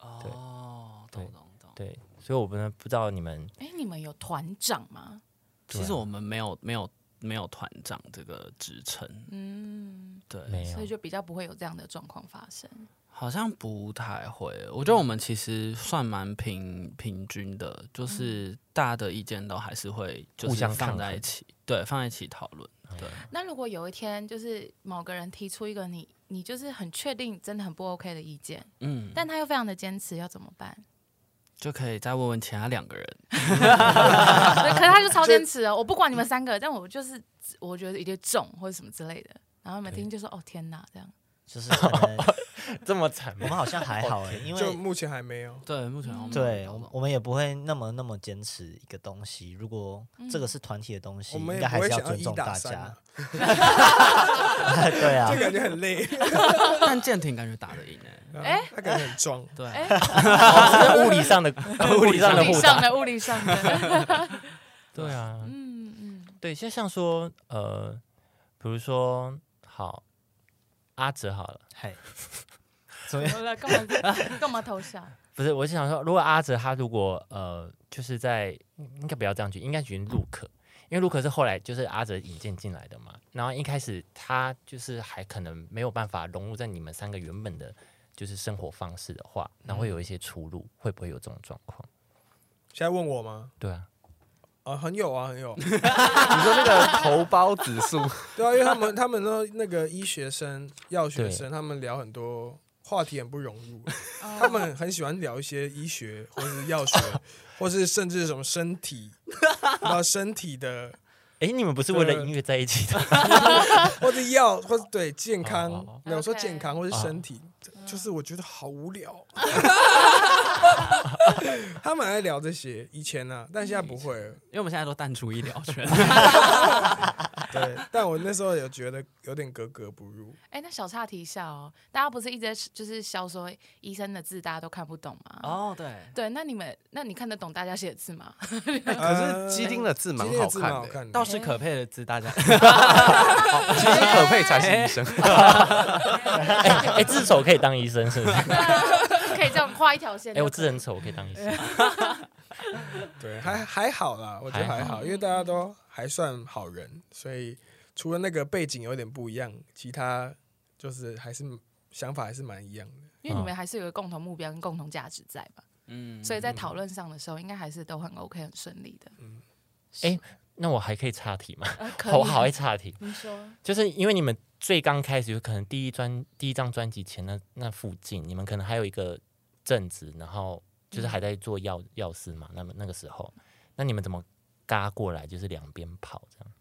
Speaker 3: 哦，懂懂懂。
Speaker 1: 对，所以我们不知道你们
Speaker 2: 哎，你们有团长吗？
Speaker 1: 对
Speaker 3: 其实我们没有没有没有团长这个职称，
Speaker 2: 嗯，
Speaker 3: 对，
Speaker 1: 没
Speaker 2: 所以
Speaker 1: 有。
Speaker 2: 就比较不会有这样的状况发生。
Speaker 3: 好像不太会。我觉得我们其实算蛮平平均的，就是大家的意见都还是会
Speaker 1: 嗯
Speaker 3: 就
Speaker 1: 互
Speaker 3: 是
Speaker 1: 相抗
Speaker 3: 放在
Speaker 1: 衡
Speaker 3: 一起，对，放在一起讨论。对，
Speaker 2: 那如果有一天就是某个人提出一个你你就是很确定真的很不 OK 的意见，
Speaker 3: 嗯，
Speaker 2: 但他又非常的坚持，要怎么办？
Speaker 3: 就可以再问问其他两个人。
Speaker 2: 对，可是他就超坚持哦，我不管你们三个，但我就是我觉得一定中或者什么之类的，然后你们听就说哦天哪这样。
Speaker 6: 就是可能
Speaker 1: 这么惨
Speaker 6: 我们好像还好哎、因
Speaker 5: 就
Speaker 6: 为
Speaker 5: 目前还没有。
Speaker 3: 对，目前我们
Speaker 6: 对，我们我们也不会那么那么坚持一个东西。如果这
Speaker 3: 嗯
Speaker 6: 个是团体的东西，
Speaker 5: 我们也
Speaker 6: 应该还
Speaker 5: 不会
Speaker 6: 是
Speaker 5: 想要
Speaker 6: 尊
Speaker 5: 一
Speaker 6: 重
Speaker 5: 打
Speaker 6: 大
Speaker 5: 三
Speaker 6: 家
Speaker 5: 啊。，
Speaker 6: 对 啊
Speaker 5: 就，感觉很 累，
Speaker 3: 但舰艇感觉打得赢哎、
Speaker 5: 哎，他感觉很壮。
Speaker 3: 对，啊
Speaker 2: 哎
Speaker 1: 物理 上的物理上的
Speaker 2: 物理
Speaker 1: 互
Speaker 2: 上
Speaker 1: 打。
Speaker 2: 的，物理上 的。
Speaker 1: 对啊，
Speaker 2: 嗯嗯，
Speaker 1: 对，就像说呃，比如说好阿哲好了。
Speaker 6: 嗨，
Speaker 2: 嗯好了，干嘛干嘛投降？
Speaker 1: 不是，我是想说，如果阿哲他如果呃，就是在应该不要这样举，应该举陆可，因为陆可是后来就是阿哲引荐进来的嘛。然后一开始他就是还可能没有办法融入在你们三个原本的就是生活方式的话，那会有一些出入，会不会有这种状况？
Speaker 5: 现在问我吗？
Speaker 1: 对啊，
Speaker 5: 啊，很有啊，很有。
Speaker 4: 你说那个头孢 指数，
Speaker 5: 对啊，因为他们他们都那个医学生、药学生，他们聊很多话题很不融入，
Speaker 2: 哦
Speaker 5: 他们很喜欢聊一些医学或是药 学，或是甚至什么身体，然后身体的
Speaker 1: 哎，你们不是为了音乐在一起的？
Speaker 5: 或者药，或者对健
Speaker 1: 哦
Speaker 5: 康
Speaker 1: 哦，
Speaker 5: 没有我说
Speaker 2: OK
Speaker 5: 健康或是身
Speaker 4: 啊
Speaker 5: 体，就是我觉得好无聊。他们爱聊这些，以前啊，但现在不会了。
Speaker 3: 因为我们现在都淡出医疗圈，
Speaker 5: 对，但我那时候有觉得有点格格不入。
Speaker 2: 哎、那小岔题一下哦，大家不是一直在就是笑说医生的字大家都看不懂吗？
Speaker 3: 哦，对，
Speaker 2: 对，那你们那你看得懂大家写的字吗？
Speaker 4: 可是基丁的字蛮
Speaker 5: 今天呃
Speaker 4: 好
Speaker 5: 的字
Speaker 4: 看
Speaker 5: 蛮好
Speaker 4: 的、
Speaker 5: 看
Speaker 3: 倒
Speaker 5: 的，
Speaker 3: 是可佩的字，大家
Speaker 4: 其实可佩才是医生。
Speaker 1: 哎，字丑可以当医生是不是？
Speaker 2: 可以这样画一条线就可以。
Speaker 1: 哎，我字很丑，我可以当医生。
Speaker 5: 对，还还好啦，我觉得
Speaker 1: 还
Speaker 5: 还
Speaker 1: 好
Speaker 5: 好，因为大家都还算好人，所以除了那个背景有点不一样，其他就是还是想法还是蛮一样的。
Speaker 2: 因为你们还是有一个共同目标跟共同价值在嘛，
Speaker 3: 嗯，
Speaker 2: 所以在讨论上的时候，应该还是都很 OK、很顺利的。
Speaker 1: 那我还可以岔题吗？
Speaker 2: 呃、可以，
Speaker 1: 我好爱岔题，
Speaker 2: 你说
Speaker 1: 就是因为你们最刚开始，有可能第一专第一张专辑前那那附近，你们可能还有一个正职，然后就是还在做药药师嘛。那么那个时候，那你们怎么嘎过来？就是两边跑这样。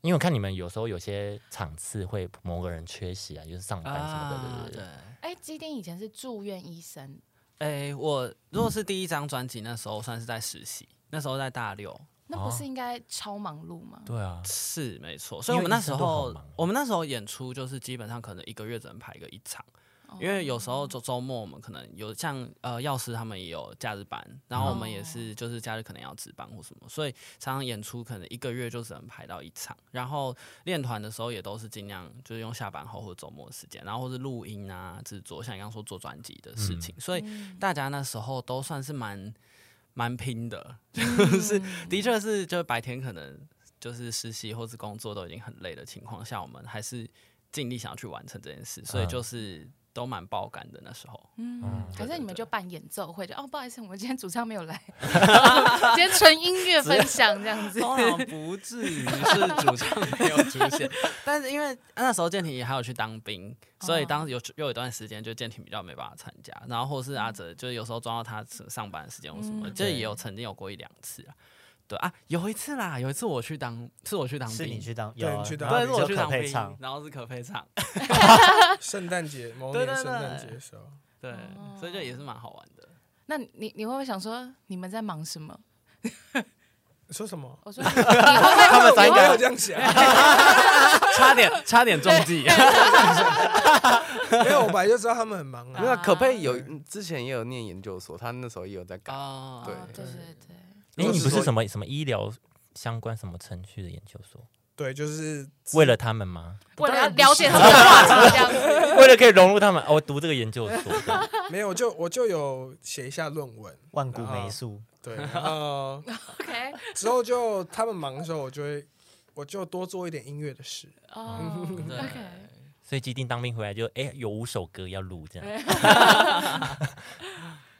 Speaker 1: 因为我看你们有时候有些场次会某个人缺席啊，就是上班什么的，
Speaker 3: 啊
Speaker 1: 对对
Speaker 3: 对
Speaker 1: 对。。
Speaker 2: 哎，基丁以前是住院医生，
Speaker 3: 哎，我如果是第一张专辑，那时候算是在实习，那时候在大六，
Speaker 2: 那不是应该超忙碌吗？
Speaker 1: 对啊，
Speaker 3: 是没错，所以
Speaker 1: 因
Speaker 3: 我
Speaker 1: 为
Speaker 3: 们那
Speaker 1: 医
Speaker 3: 时
Speaker 1: 生都好
Speaker 3: 候
Speaker 1: 忙
Speaker 3: 我们那时候演出就是基本上可能一个月只能排个一场，因为有时候周周末我们可能有像呃药师他们也有假日班，然后我们也是就是假日可能要值班或什么，所以常常演出可能一个月就只能排到一场，然后练团的时候也都是尽量就是用下班后或周末的时间，然后或是录音啊制作，像你刚刚说做专辑的
Speaker 1: 嗯
Speaker 3: 事情，所以大家那时候都算是蛮蛮拼的， 就是的确是就是白天可能就是实习或是工作都已经很累的情况下，我们还是尽力想要去完成这件事，所以
Speaker 1: 嗯
Speaker 3: 就是都蛮爆肝的那时候。
Speaker 2: 嗯，还是你们
Speaker 3: 对对
Speaker 2: 就办演奏会，就哦，不好意思，我们今天主唱没有来，今天纯音乐分享这样子。
Speaker 3: 通常不至于是主唱没有出现， 但是因为那时候建廷还有去当兵，所以当时有又有一段时间就建廷比较没办法参加，然后或是阿哲就是有时候撞到他上班的时间或什么，
Speaker 2: 嗯
Speaker 3: 就也有曾经有过一两次啊。对啊，有一次啦，有一次我去当，是我去当兵，
Speaker 6: 是你去当，
Speaker 5: 对
Speaker 6: 有啊
Speaker 5: 你去当
Speaker 6: 然
Speaker 3: 对，
Speaker 6: 后
Speaker 3: 是
Speaker 6: 你
Speaker 3: 我
Speaker 6: 就
Speaker 3: 去
Speaker 6: 可
Speaker 3: 当
Speaker 6: 配
Speaker 3: 兵
Speaker 6: 唱，，
Speaker 3: 然后是可配唱，
Speaker 5: 圣诞节某
Speaker 3: 对
Speaker 5: 年
Speaker 3: 对
Speaker 5: 圣诞
Speaker 3: 对
Speaker 5: 节的时候，
Speaker 3: 对，所以就也是蛮好玩的。
Speaker 2: 那你你会不会想说你们在忙什么？
Speaker 5: 你说什么？
Speaker 2: 我说 你会不会
Speaker 5: 他们
Speaker 2: 才
Speaker 5: 应该有这样想，
Speaker 3: 差点差点中计，
Speaker 5: 没有，我本来就知道他们很忙
Speaker 4: 没
Speaker 5: 啊。
Speaker 4: 有啊，可佩有之前也有念研究所，他那时候也有在搞。
Speaker 3: 啊，
Speaker 4: 对
Speaker 2: 哦对对对，
Speaker 1: 哎，你不
Speaker 4: 就是
Speaker 1: 是
Speaker 4: 说
Speaker 1: 什么什么医疗相关什么程序的研究所？
Speaker 5: 对，就是
Speaker 1: 为了他们吗？
Speaker 2: 为了要了解他们的话题这样子。
Speaker 1: 为了可以融入他们，哦我读这个研究所。这样
Speaker 5: 没有，就我就有写一下论文，
Speaker 6: 万古
Speaker 5: 啊
Speaker 6: 霉素，
Speaker 5: 对，然后
Speaker 2: OK，
Speaker 5: 之后就他们忙的时候，我就会我就多做一点音乐的事。
Speaker 2: 哦
Speaker 3: 对
Speaker 2: ，OK，
Speaker 1: 所以基丁当兵回来就哎、有五首歌要录这
Speaker 2: 哎
Speaker 1: 样，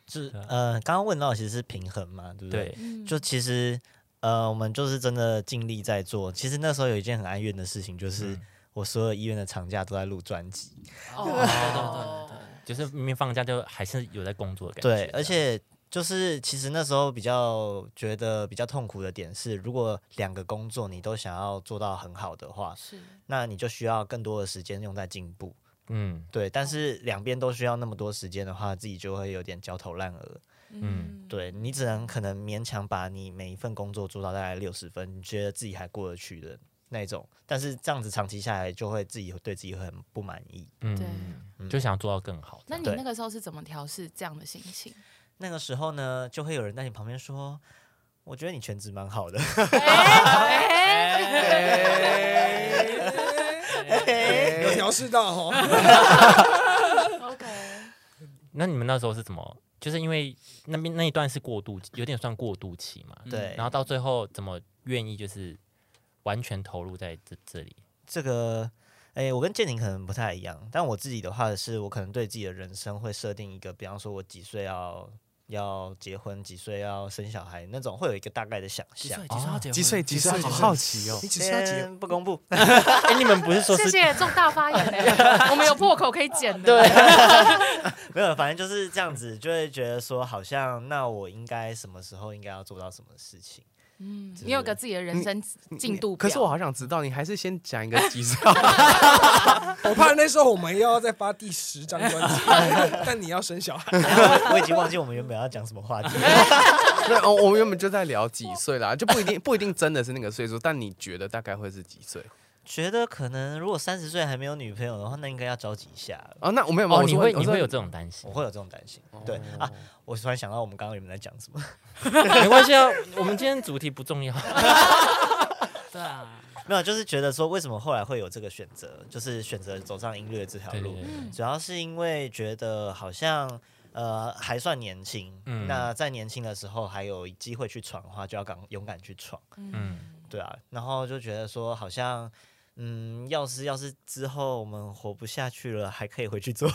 Speaker 6: 是
Speaker 1: 对啊
Speaker 6: 呃，刚刚问到的其实是平衡嘛，对不对？
Speaker 1: 对，
Speaker 2: 嗯
Speaker 6: 就其实呃，我们就是真的尽力在做。其实那时候有一件很哀怨的事情，就是
Speaker 3: 嗯
Speaker 6: 我所有医院的长假都在录专辑，
Speaker 3: 哦， 对对对对。
Speaker 1: 就是明明放假就还是有在工作的感觉。
Speaker 6: 对，而且就是其实那时候比较觉得比较痛苦的点是，如果两个工作你都想要做到很好的话，
Speaker 2: 是
Speaker 6: 那你就需要更多的时间用在进步。
Speaker 1: 嗯
Speaker 6: 对，但是两边都需要那么多时间的话，自己就会有点焦头烂额。
Speaker 1: 嗯，
Speaker 6: 对你只能可能勉强把你每一份工作做到大概六十分，你觉得自己还过得去的那一种，但是这样子长期下来，就会自己对自己会很不满意。
Speaker 2: 对。
Speaker 1: 嗯，就想要做到更好。
Speaker 2: 那你
Speaker 6: 对
Speaker 2: 那个时候是怎么调试这样的心 情？
Speaker 6: 那个时候呢，就会有人在你旁边说：“我觉得你全职蛮好的。
Speaker 1: 哎
Speaker 5: 有调试到哦，
Speaker 2: OK，
Speaker 1: 那你们那时候是怎么？就是因为那边那一段是过渡，有点算过渡期嘛。
Speaker 6: 对，
Speaker 1: 然后到最后怎么愿意就是完全投入在这这里？
Speaker 6: 这个，哎、我跟建宁可能不太一样，但我自己的话是，我可能对自己的人生会设定一个，比方说我几岁要。要结婚，几岁要生小孩那种，会有一个大概的想
Speaker 3: 几
Speaker 6: 象
Speaker 3: 岁？。几岁要结婚？
Speaker 4: 几岁？几岁？
Speaker 5: 几岁
Speaker 4: 好好奇哦。
Speaker 5: 你几岁要结？
Speaker 6: 先不公布，
Speaker 1: 哎，你们不是说
Speaker 2: 谢
Speaker 1: 是
Speaker 2: 谢重大发言欸我们有破口可以剪的。
Speaker 1: 对，
Speaker 6: 没有，反正就是这样子，就会觉得说，好像那我应该什么时候应该要做到什么事情。
Speaker 2: 嗯，你有个自己的人生进度
Speaker 4: 可
Speaker 2: 表。
Speaker 4: 是我好想知道，你还是先讲一个几岁？
Speaker 5: 我怕那时候我们又要再发第十张专辑，但你要生小孩，
Speaker 6: 我已经忘记我们原本要讲什么话题了。
Speaker 4: 对，哦，我们原本就在聊几岁啦，就不一定不一定真的是那个岁数，但你觉得大概会是几岁？
Speaker 6: 觉得可能如果三十岁还没有女朋友的话，那应该要着急一下了。
Speaker 4: 哦，那我没有，
Speaker 1: 哦，
Speaker 4: 我
Speaker 1: 你
Speaker 4: 说
Speaker 1: 会
Speaker 4: 我
Speaker 1: 你
Speaker 4: 说
Speaker 1: 会有这种哦担心
Speaker 6: 我？会有这种担心，对
Speaker 4: 哦
Speaker 6: 啊，我突然想到我们刚刚原本在讲什么，
Speaker 1: 没关系啊，我们今天主题不重要。
Speaker 3: 对啊，
Speaker 6: 没有，就是觉得说为什么后来会有这个选择，就是选择走上音乐这条
Speaker 1: 对对
Speaker 6: 路
Speaker 1: 对，对
Speaker 6: 主要是因为觉得好像呃还算年轻，
Speaker 1: 嗯
Speaker 6: 那在年轻的时候还有机会去闯的话，就要敢勇敢去闯，
Speaker 1: 嗯，
Speaker 6: 对啊，然后就觉得说好像。嗯，要是要是之后我们活不下去了，还可以回去做。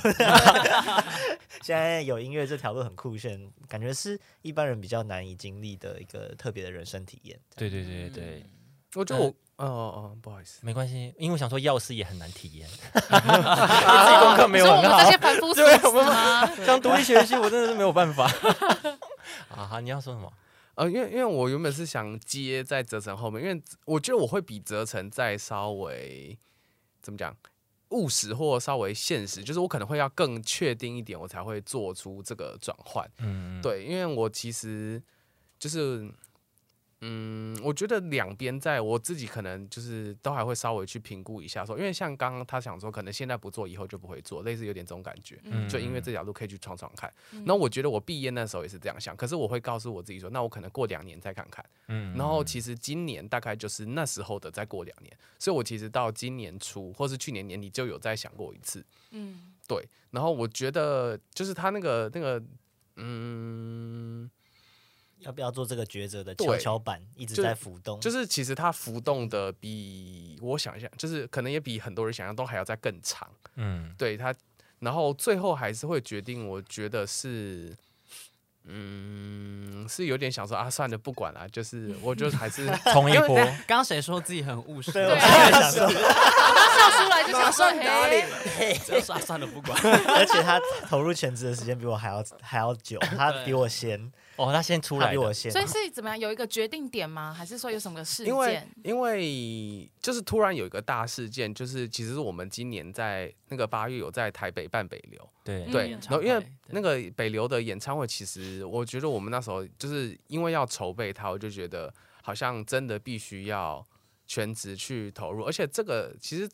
Speaker 6: 现在有音乐这条路很酷炫，感觉是一般人比较难以经历的一个特别的人生体验。
Speaker 1: 对对对对对，
Speaker 4: 我
Speaker 1: 嗯
Speaker 4: 觉得我。哦哦哦，不好意思，
Speaker 1: 没关系，因为我想说药师也很难体验，自啊己功课没
Speaker 2: 你
Speaker 1: 有
Speaker 2: 说我
Speaker 1: 很
Speaker 2: 们
Speaker 1: 好
Speaker 2: 这，些凡夫俗子吗？
Speaker 1: 当独立学习我真的是没有办法。 啊，好，你要说什么？
Speaker 4: 呃，因为因为我原本是想接在泽城后面，因为我觉得我会比泽城再稍微怎么讲务实或稍微现实，就是我可能会要更确定一点，我才会做出这个转换。
Speaker 1: 嗯，
Speaker 4: 对，因为我其实就是，嗯，我觉得两边在我自己可能就是都还会稍微去评估一下说因为像刚刚他想说，可能现在不做，以后就不会做，类似有点这种感觉。
Speaker 1: 嗯
Speaker 4: 就因为这条路可以去闯闯看。那我觉得我毕业那时候也是这样想，可是我会告诉我自己说，那我可能过两年再看看。
Speaker 1: 嗯
Speaker 4: 然后其实今年大概就是那时候的再过两年，所以我其实到今年初或是去年年底就有在想过一次。
Speaker 2: 嗯，
Speaker 4: 对，然后我觉得就是他那个那个，嗯。
Speaker 6: 要不要做这个抉择的
Speaker 4: 对
Speaker 6: 跷跷板一直
Speaker 4: 就
Speaker 6: 在浮动？
Speaker 4: 就是其实它浮动的比我想象，就是可能也比很多人想象都还要再更长。
Speaker 1: 嗯
Speaker 4: 对它，然后最后还是会决定，我觉得是，嗯，是有点想说啊，算了，不管了，就是我就 还是
Speaker 1: 冲一
Speaker 3: 因为
Speaker 1: 波，
Speaker 3: 刚刚谁说自己很务实？
Speaker 6: 对，
Speaker 2: 对
Speaker 6: 我
Speaker 2: 啊
Speaker 6: 刚才想说，
Speaker 2: 笑出来就想
Speaker 5: 马
Speaker 2: 说，
Speaker 5: 上打
Speaker 2: 嘿
Speaker 5: 脸。
Speaker 3: 就算算了，不管。
Speaker 6: 而且他投入全职的时间比我还要还要久，他比我先，
Speaker 1: 哦，他先出
Speaker 6: 他
Speaker 1: 来
Speaker 6: 比
Speaker 1: 的，
Speaker 6: 我先
Speaker 2: 所，以是怎么样？有一个决定点吗？还是说有什么事
Speaker 4: 因为
Speaker 2: 件？
Speaker 4: 因为就是突然有一个大事件，就是其实是我们今年在那个八月有在台北办北流，
Speaker 1: 对
Speaker 2: 嗯
Speaker 4: 对
Speaker 3: 演，
Speaker 4: 然后
Speaker 3: 唱
Speaker 4: 因为
Speaker 3: 会
Speaker 4: 那
Speaker 3: 对
Speaker 4: 个北流的演唱会，其实我觉得我们那时候就是因为要筹备它，我就觉得好像真的必须要全职去投入，而且这个其实。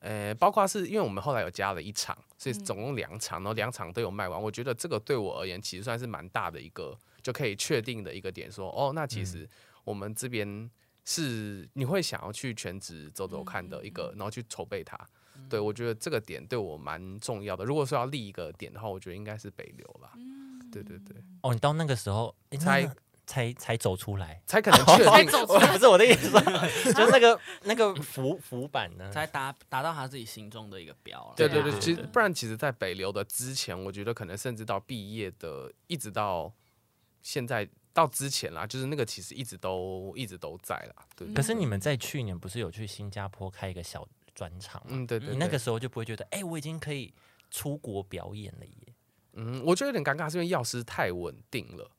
Speaker 4: 呃，包括是因为我们后来有加了一场，所以
Speaker 2: 嗯
Speaker 4: 总共两场，然后两场都有卖完。我觉得这个对我而言其实算是蛮大的一个，就可以确定的一个点说哦，那其实我们这边是你会想要去全职走走看的一个，然后去筹备它。对，我觉得这个点对我蛮重要的。如果说要立一个点的话，我觉得应该是北流啦。对对对，
Speaker 1: 哦，你到那个时候诶那
Speaker 4: 才
Speaker 1: 那才才走出来，
Speaker 4: 才可能确
Speaker 2: 才
Speaker 4: 定。
Speaker 2: 走出
Speaker 1: 我
Speaker 2: 来
Speaker 1: 不是我的意思说，啊 就是那个那个浮浮板呢，
Speaker 3: 才达达到他自己心中的一个标了。
Speaker 4: 对
Speaker 2: 对啊
Speaker 4: 对对，
Speaker 2: 对
Speaker 4: 其实不然，其实，在北流的之前，我觉得可能甚至到毕业的，一直到现在到之前啦，就是那个其实一直都一直都在啦。对，对
Speaker 1: 可是
Speaker 4: 对
Speaker 1: 你们在去年不是有去新加坡开一个小专场吗？
Speaker 4: 嗯，对对，
Speaker 1: 你那
Speaker 4: 对
Speaker 1: 个时候就不会觉得，哎、我已经可以出国表演了耶。
Speaker 4: 嗯，我觉得有点尴尬，是因为药师太稳定了。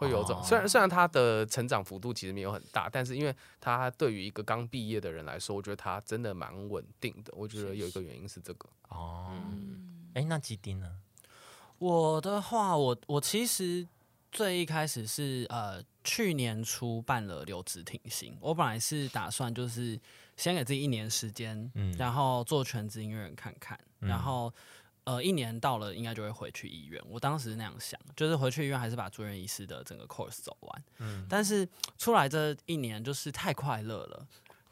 Speaker 4: 会有种，
Speaker 1: 哦
Speaker 4: 虽然虽然他的成长幅度其实没有很大，但是因为他对于一个刚毕业的人来说，我觉得他真的蛮稳定的。我觉得有一个原因是这个，
Speaker 1: 哦，哎、那基丁呢？
Speaker 3: 我的话，我我其实最一开始是呃去年初办了留职停薪，我本来是打算就是先给自己一年时间，
Speaker 1: 嗯
Speaker 3: 然后做全职音乐人看看，
Speaker 1: 嗯
Speaker 3: 然后。呃，一年到了，应该就会回去医院。我当时是那样想，就是回去医院还是把住院医师的整个 course 走完。但是出来这一年就是太快乐了，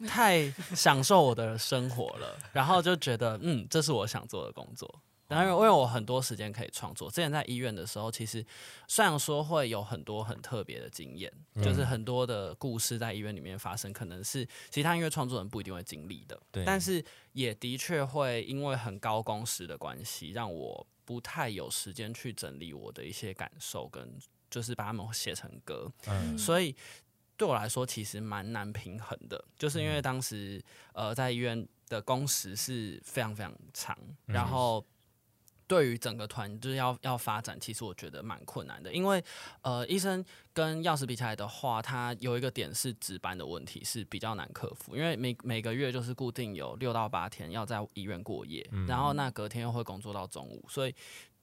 Speaker 3: 太享受我的生活了，然后就觉得嗯，这是我想做的工作。当然，因为我很多时间可以创作。之前在医院的时候，其实虽然说会有很多很特别的经验，就是很多的故事在医院里面发生，可能是其他音乐创作人不一定会经历的。
Speaker 1: 对
Speaker 3: 但是也的确会因为很高工时的关系，让我不太有时间去整理我的一些感受跟。就是把它们写成歌，
Speaker 7: 嗯
Speaker 3: 所以对我来说其实蛮难平衡的，就是因为当时呃在医院的工时是非常非常长，然后。对于整个团就是要要发展，其实我觉得蛮困难的，因为呃，医生跟药师比起来的话，它有一个点是值班的问题是比较难克服，因为每每个月就是固定有六到八天要在医院过夜，然后那隔天又会工作到中午，所以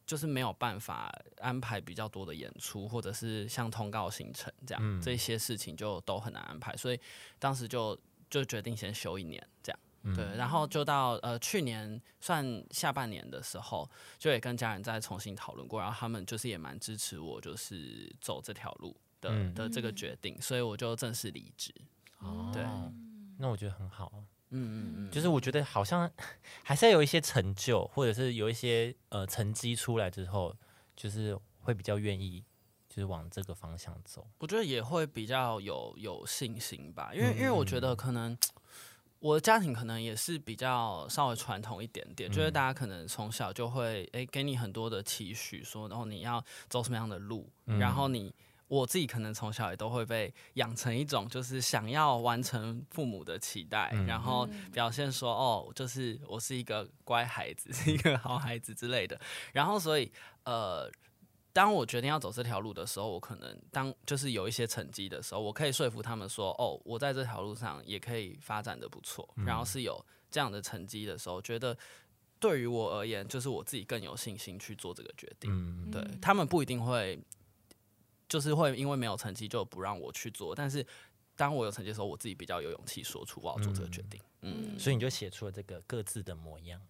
Speaker 3: 就是没有办法安排比较多的演出，或者是像通告行程这样，这些事情就都很难安排，所以当时就就决定先休一年这样。对，然后就到呃去年算下半年的时候，就也跟家人再重新讨论过，然后他们就是也蛮支持我，就是走这条路的、
Speaker 1: 嗯
Speaker 3: 的这个决定，所以我就正式离职。对，
Speaker 1: 那我觉得很好啊。
Speaker 3: 嗯嗯嗯，
Speaker 1: 就是我觉得好像 还是要有一些成就，或者是有一些呃成绩出来之后，就是会比较愿意，就是往这个方向走。
Speaker 3: 我觉得也会比较有有信心吧，因为因为我觉得可能我的家庭可能也是比较稍微传统一点点，就是大家可能从小就会诶给你很多的期许，说然后你要走什么样的路，然后你。我自己可能从小也都会被养成一种，就是想要完成父母的期待，然后表现说哦，就是我是一个乖孩子， 是一个好孩子之类的。然后所以呃，当我决定要走这条路的时候，我可能当就是有一些成绩的时候，我可以说服他们说，哦，我在这条路上也可以发展的不错，然后是有这样的成绩的时候，觉得对于我而言，就是我自己更有信心去做这个决定。
Speaker 1: 嗯，
Speaker 3: 对他们不一定会，就是会因为没有成绩就不让我去做，但是当我有成绩的时候，我自己比较有勇气说出我要做这个决定。嗯
Speaker 1: 所以你就写出了这个各自的模样。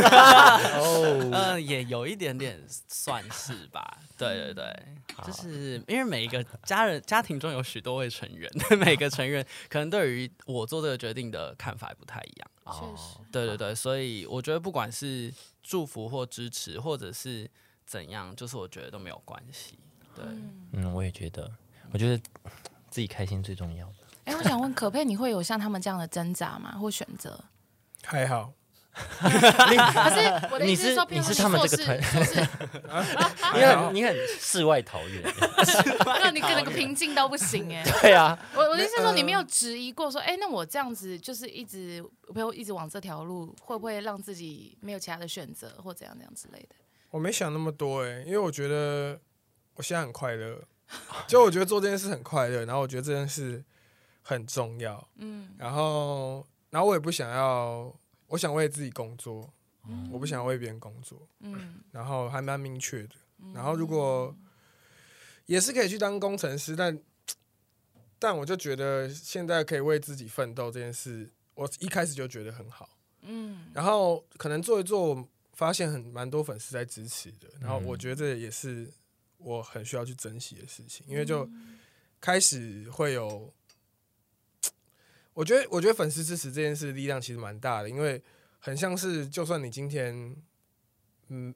Speaker 3: 呃，也有一点点算是吧。对对对，就是因为每一个家人家庭中有许多位成员， 每个成员可能对于我做这个决定的看法也不太一样。
Speaker 2: 确实，
Speaker 3: 对对对，所以我觉得不管是祝福或支持，或者是怎样，就是我觉得都没有关系。对，
Speaker 1: 嗯，我也觉得，我觉得自己开心最重要。
Speaker 2: 哎，我想问可佩，你会有像他们这样的挣扎吗？或选 择？
Speaker 5: 还好，
Speaker 2: 可是我的意思
Speaker 1: 你是
Speaker 2: 说，譬如
Speaker 1: 你
Speaker 2: 说
Speaker 1: 是他们
Speaker 2: 硕
Speaker 1: 这个
Speaker 2: 士
Speaker 1: 团
Speaker 2: 硕士，
Speaker 1: 你
Speaker 5: 还 好
Speaker 1: 很你很世外桃源，
Speaker 2: 那你那个平静到不行哎。
Speaker 1: 对啊，
Speaker 2: 我我的意思是说，你
Speaker 1: 嗯
Speaker 2: 没有质疑过说，哎，那我这样子就是一直，比如一直往这条路，会不会让自己没有其他的选择，或怎样怎样之类的？
Speaker 5: 我没想那么多哎、因为我觉得我现在很快乐，就我觉得做这件事很快乐，然后我觉得这件事很重要，嗯，然后然后我也不想要，我想为自己工作，我不想为别人工作，
Speaker 2: 嗯，
Speaker 5: 然后还蛮明确的。然后如果也是可以去当工程师，但但我就觉得现在可以为自己奋斗这件事，我一开始就觉得很好。嗯，然后可能做一做，我发现很蛮多粉丝在支持的，然后我觉得这也是我很需要去珍惜的事情，因为就开始会有。我觉得，我觉得粉丝支持这件事力量其实蛮大的，因为很像是，就算你今天嗯，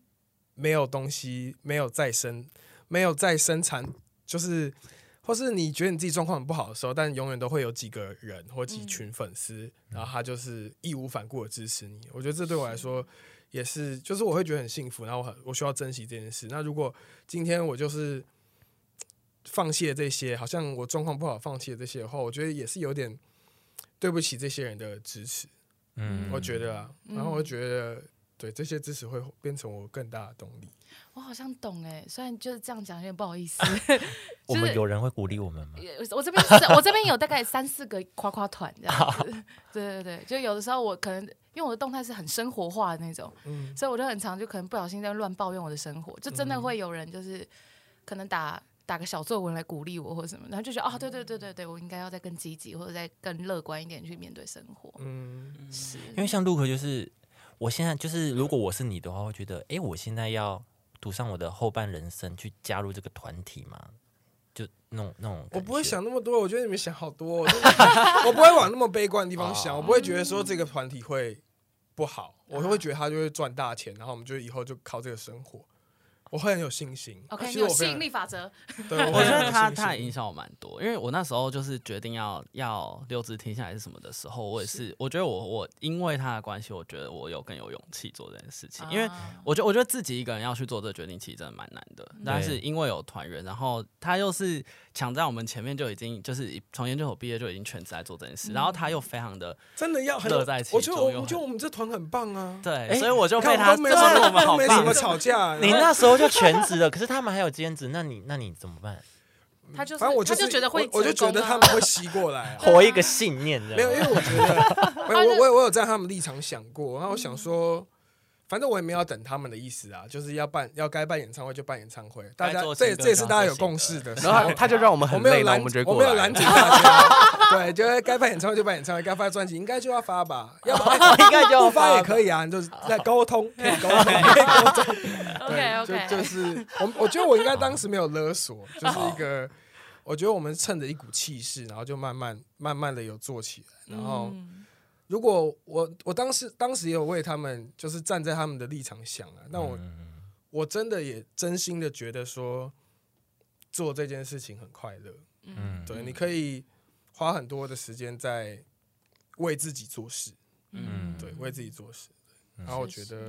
Speaker 5: 没有东西，没有再生，没有再生产，就是或是你觉得你自己状况很不好的时候，但永远都会有几个人或几群粉丝，然后他就是义无反顾的支持你。我觉得这对我来说也是，就是我会觉得很幸福，然后我很我需要珍惜这件事。那如果今天我就是放弃了这些，好像我状况不好放弃了这些的话，我觉得也是有点对不起这些人的支持。
Speaker 1: 嗯，
Speaker 5: 我觉得啊，然后我觉得对这些支持会变成我更大的动力。
Speaker 2: 我好像懂哎，虽然就是这样讲有点不 好意思。
Speaker 1: 我
Speaker 2: 就是
Speaker 1: 们有人会鼓励我们吗？
Speaker 2: 我这边是我这边有大概三四个夸夸团这样子，对对对，就有的时候我可能因为我的动态是很生活化的那种，
Speaker 5: 嗯
Speaker 2: 所以我就很常就可能不小心在乱抱怨我的生活，就真的
Speaker 5: 嗯
Speaker 2: 会有人就是可能打打个小作文来鼓励我或什么，然后就觉
Speaker 5: 嗯
Speaker 2: 得啊、对对对对对，我应该要再更积极或者再更乐观一点去面对生活，
Speaker 5: 嗯，
Speaker 2: 是，
Speaker 1: 因为像陆可就是，我现在就是，如果我是你的话，会觉得，诶，我现在要赌上我的后半人生去加入这个团体嘛？就那种那种，
Speaker 5: 我不会，想那么多，我觉得你们想好多、哦，真的我不会往那么悲观的地方想，我不会觉得
Speaker 2: 哦
Speaker 5: 说这个团体会不好，我会觉得他就会赚大钱，然后我们就以后就靠这个生活。我会很有信心。
Speaker 2: OK，
Speaker 5: 其
Speaker 2: 你
Speaker 5: 实
Speaker 2: 有
Speaker 5: 我
Speaker 2: 吸
Speaker 5: 非
Speaker 2: 引
Speaker 5: 常
Speaker 2: 力，法则，
Speaker 5: 对，我
Speaker 3: 我
Speaker 5: 很
Speaker 3: 觉
Speaker 5: 有
Speaker 3: 得他
Speaker 5: 信
Speaker 3: 他也
Speaker 5: 心
Speaker 3: 影响我蛮多，因为我那时候就是决定要要六支听下来是什么的时候，我也是，我觉得我我因为他的关系，我觉得我有更有勇气做这件事情，因为
Speaker 2: 啊
Speaker 3: 我觉得我觉得自己一个人要去做这个决定，其实真的蛮难的。但是因为有团员，然后他又是抢在我们前面就已经就是从研究所毕业就已经全职在做这件事，然后他又非常的
Speaker 5: 真的要很
Speaker 3: 乐
Speaker 5: 有
Speaker 3: 在其
Speaker 5: 我觉得
Speaker 3: 中
Speaker 5: 我
Speaker 3: 又
Speaker 5: 我觉得
Speaker 3: 很
Speaker 5: 我们这团很棒啊，
Speaker 3: 对，所以我就
Speaker 5: 看
Speaker 3: 被
Speaker 5: 我们
Speaker 3: 他
Speaker 5: 都没
Speaker 3: 就
Speaker 5: 有
Speaker 3: 是
Speaker 5: 什么
Speaker 3: 我们好
Speaker 5: 没什
Speaker 3: 棒
Speaker 5: 么，吵架，
Speaker 1: 你那时候就全职了，可是他们还有兼职，那你那你怎么办？
Speaker 2: 他就是，
Speaker 5: 反正我
Speaker 2: 他
Speaker 5: 是
Speaker 2: 就觉得会
Speaker 5: 我我就觉
Speaker 2: 成功
Speaker 5: 得
Speaker 2: 啊
Speaker 5: 他们会吸过来啊、
Speaker 1: 活一个信念，这样
Speaker 5: 没有，因为我觉
Speaker 2: 啊
Speaker 5: 得没有我我我有在他们立场想过，然后我
Speaker 2: 嗯
Speaker 5: 想说，反正我也没有要等他们的意思啊，就是要办要该办演唱会就办演唱会，大家
Speaker 3: 该做新
Speaker 5: 这
Speaker 3: 的
Speaker 5: 这也是大家有
Speaker 3: 就要
Speaker 5: 共
Speaker 3: 做
Speaker 5: 识
Speaker 3: 新
Speaker 5: 的，
Speaker 4: 然后他他就让我们
Speaker 5: 我
Speaker 4: 很
Speaker 5: 没
Speaker 4: 累
Speaker 5: 有
Speaker 4: 了，
Speaker 5: 拦，
Speaker 4: 我们就会
Speaker 5: 我没有
Speaker 4: 过来
Speaker 5: 拦。截大家，对，就是该办演唱会就办演唱会，该发专辑应该就要发吧，要发
Speaker 1: 应该就
Speaker 5: 不发也可以啊，你就是在沟通，可以沟通，可以沟通。
Speaker 2: OK
Speaker 5: 对，就就
Speaker 2: OK，
Speaker 5: 是我我觉得我应该当时没有勒索，就是一个，我觉得我们趁着一股气势，然后就慢慢慢慢的有做起来。
Speaker 2: 嗯
Speaker 5: 然后如果我我当时当时也有为他们，就是站在他们的立场想啊，
Speaker 1: 嗯
Speaker 5: 但我、我真的也真心的觉得说，做这件事情很快乐。
Speaker 1: 嗯，
Speaker 5: 对，你可以花很多的时间在为自己做事，
Speaker 1: 嗯
Speaker 5: 对，为自己做事。然
Speaker 2: 是
Speaker 5: 后我觉得，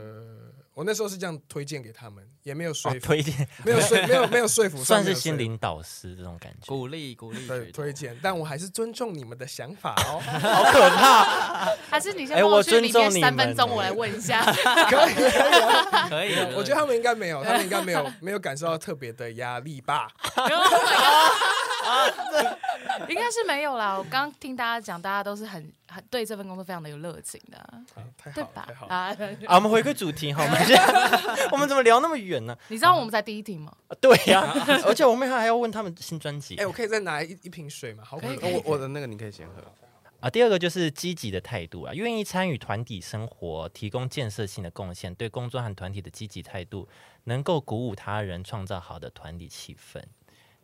Speaker 5: 我那时候是这样推荐给他们，也没有说
Speaker 1: 哦
Speaker 5: 服，
Speaker 1: 推荐
Speaker 5: 没有说没有没有说服，
Speaker 1: 算
Speaker 5: 没
Speaker 1: 是
Speaker 5: 有说
Speaker 1: 心
Speaker 5: 服
Speaker 1: 灵导师这种感觉，
Speaker 3: 鼓励鼓励
Speaker 5: 对
Speaker 3: 许多
Speaker 5: 推荐，但我还是尊重你们的想法 哦。
Speaker 1: 好可怕。
Speaker 2: 还是你先
Speaker 1: 哎
Speaker 2: 帮
Speaker 1: 我
Speaker 2: 去里
Speaker 1: 尊
Speaker 2: 面
Speaker 1: 重你
Speaker 2: 三分
Speaker 1: 们
Speaker 2: 钟，
Speaker 1: 哎
Speaker 2: 我来问一下。
Speaker 5: 可以可以啊，
Speaker 3: 可以，
Speaker 5: 我觉得他们应该没有，他们应该 没有没有感受到特别的压力吧？
Speaker 2: 哦应该是没有啦。我刚听大家讲，大家都是很很对这份工作非常的有热情的啊，
Speaker 5: 啊太
Speaker 2: 对
Speaker 5: 好了
Speaker 2: 吧
Speaker 5: 太好？了，
Speaker 2: 啊，
Speaker 1: 啊，我们回归主题好吗？我们现在我们怎 么聊那么远呢？
Speaker 2: 你知道我们在第一题吗？
Speaker 1: 啊对 呀，而且我们还要问他们新专辑
Speaker 5: 哎，我可以再拿一一瓶水吗？好渴
Speaker 2: 可以可以
Speaker 5: 哦，
Speaker 4: 我我的那个你可以先喝。
Speaker 1: 啊。第二个就是积极的态度啊，愿意参与团体生活，提供建设性的贡献，对工作和团体的积极态度，能够鼓舞他人，创造好的团体气氛。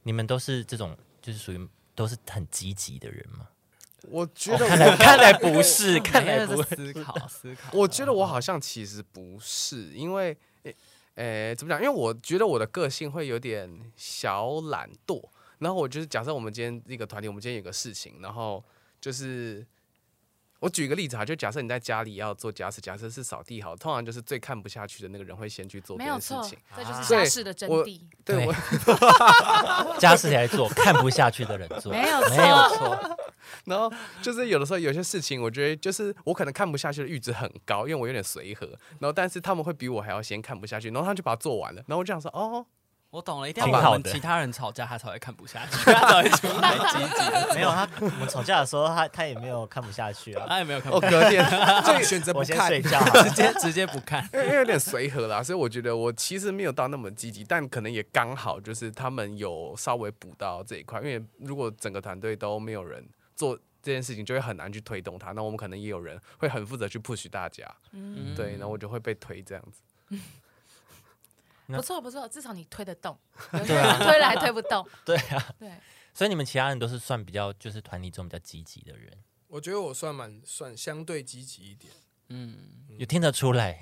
Speaker 1: 你们都是这种，就是属于都是很积极的人吗？
Speaker 4: 我
Speaker 3: 哦
Speaker 4: 觉得
Speaker 1: 看来看来不是，看 来不
Speaker 3: 是
Speaker 1: 是。
Speaker 3: 思考思考，
Speaker 4: 我觉得我好像其实不是，因为，诶、诶怎么讲？因为我觉得我的个性会有点小懒惰。然后我就是假设我们今天一个团体，我们今天有个事情，然后就是我举一个例子哈，啊就假设你在家里要做家事，假设是扫地好，通常就是最看不下去的那个人会先去做这
Speaker 2: 没有
Speaker 4: 件事
Speaker 2: 错
Speaker 4: 情。，
Speaker 2: 这就是
Speaker 4: 所
Speaker 2: 家
Speaker 4: 以
Speaker 2: 事
Speaker 1: 啊
Speaker 2: 的真
Speaker 4: 我
Speaker 2: 谛。
Speaker 4: 对我，
Speaker 1: 家事来做，看不下去的人做，
Speaker 2: 没有
Speaker 1: 没
Speaker 2: 错
Speaker 1: 有错，
Speaker 4: 然后就是有的时候有些事情，我觉得就是我可能看不下去的阈值很高，因为我有点随和。然后但是他们会比我还要先看不下去，然后他们就把它做完了。然后我就想说，哦，
Speaker 3: 我懂了，一定要
Speaker 1: 挺好
Speaker 3: 我们
Speaker 1: 的
Speaker 3: 其他人吵架，他才会看不下去，他才会出来积极的。
Speaker 6: 没有他，我们吵架的时候，他他也没有看不下 去啊。
Speaker 3: 他也没有看
Speaker 4: 我
Speaker 3: 不下去，
Speaker 4: 哦隔 天。
Speaker 5: 这选择不
Speaker 6: 我先
Speaker 5: 看
Speaker 6: 睡，觉好了。
Speaker 3: 直接直接不看。
Speaker 4: 因为因为有点随和啦，所以我觉得我其实没有到那么积极，但可能也刚好就是他们有稍微补到这一块，因为如果整个团队都没有人做这件事情，就会很难去推动它。那我们可能也有人会很负责去 push 大家，
Speaker 3: 嗯
Speaker 4: 对，然后我就会被推这样子。
Speaker 1: 那
Speaker 2: 不错不错，至少你推得动，有些人 推了还推不动。
Speaker 1: 对啊。
Speaker 2: 对，
Speaker 1: 所以你们其他人都是算比较，就是团体中比较积极的人，
Speaker 5: 我觉得我算蛮算相对积极一点。
Speaker 3: 嗯，
Speaker 1: 有听得出来。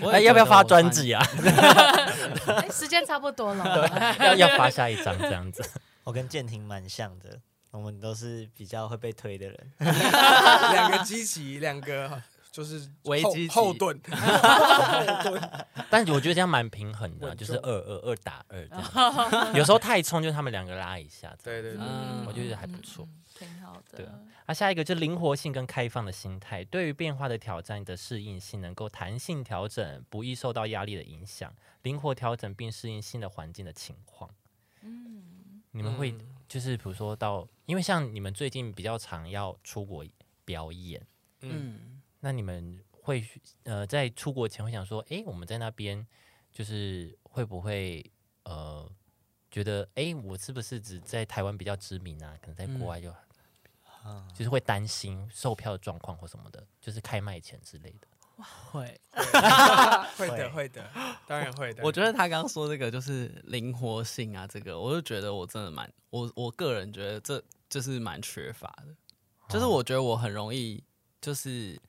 Speaker 3: 我
Speaker 1: 哎，
Speaker 3: 也
Speaker 1: 要不要
Speaker 3: 觉得
Speaker 1: 发
Speaker 3: 我
Speaker 1: 专
Speaker 3: 算
Speaker 1: 辑啊？
Speaker 2: 哎，时间差不多了，
Speaker 1: 要要发下一张这样子。
Speaker 6: 我跟建廷蛮像的，我们都是比较会被推的人。
Speaker 5: 两个积极，两个就是
Speaker 3: 微
Speaker 5: 后
Speaker 3: 积极
Speaker 5: 后 盾，
Speaker 1: 但我觉得这样蛮平衡的啊，
Speaker 5: 稳
Speaker 1: 就是
Speaker 5: 重
Speaker 1: 二二二打二这样。有时候太冲，就他们两个拉一下。这样
Speaker 5: 对对对，
Speaker 3: 嗯
Speaker 1: 我觉得还不错。
Speaker 2: 挺好的。
Speaker 1: 对啊啊，下一个就灵活性跟开放的心态，对于变化的挑战的适应性能够弹性调整，不易受到压力的影响，灵活调整并适应新的环境的情况。嗯，你们会就是比如说到，因为像你们最近比较常要出国表演，
Speaker 3: 嗯，
Speaker 1: 那你们会呃在出国前会想说，诶，我们在那边就是会不会呃觉得，诶，我是不是只在台湾比较知名啊？可能在
Speaker 3: 嗯
Speaker 1: 国外就、
Speaker 3: 啊
Speaker 1: 就是会担心售票的状况或什么的，就是开卖前之类的。
Speaker 3: 会。
Speaker 5: 会的会的，当然会的。
Speaker 3: 我觉得他刚刚说这个就是灵活性啊，这个我就觉得我真的蛮，我我个人觉得这就是蛮缺乏的，就是我觉得我很容易就是。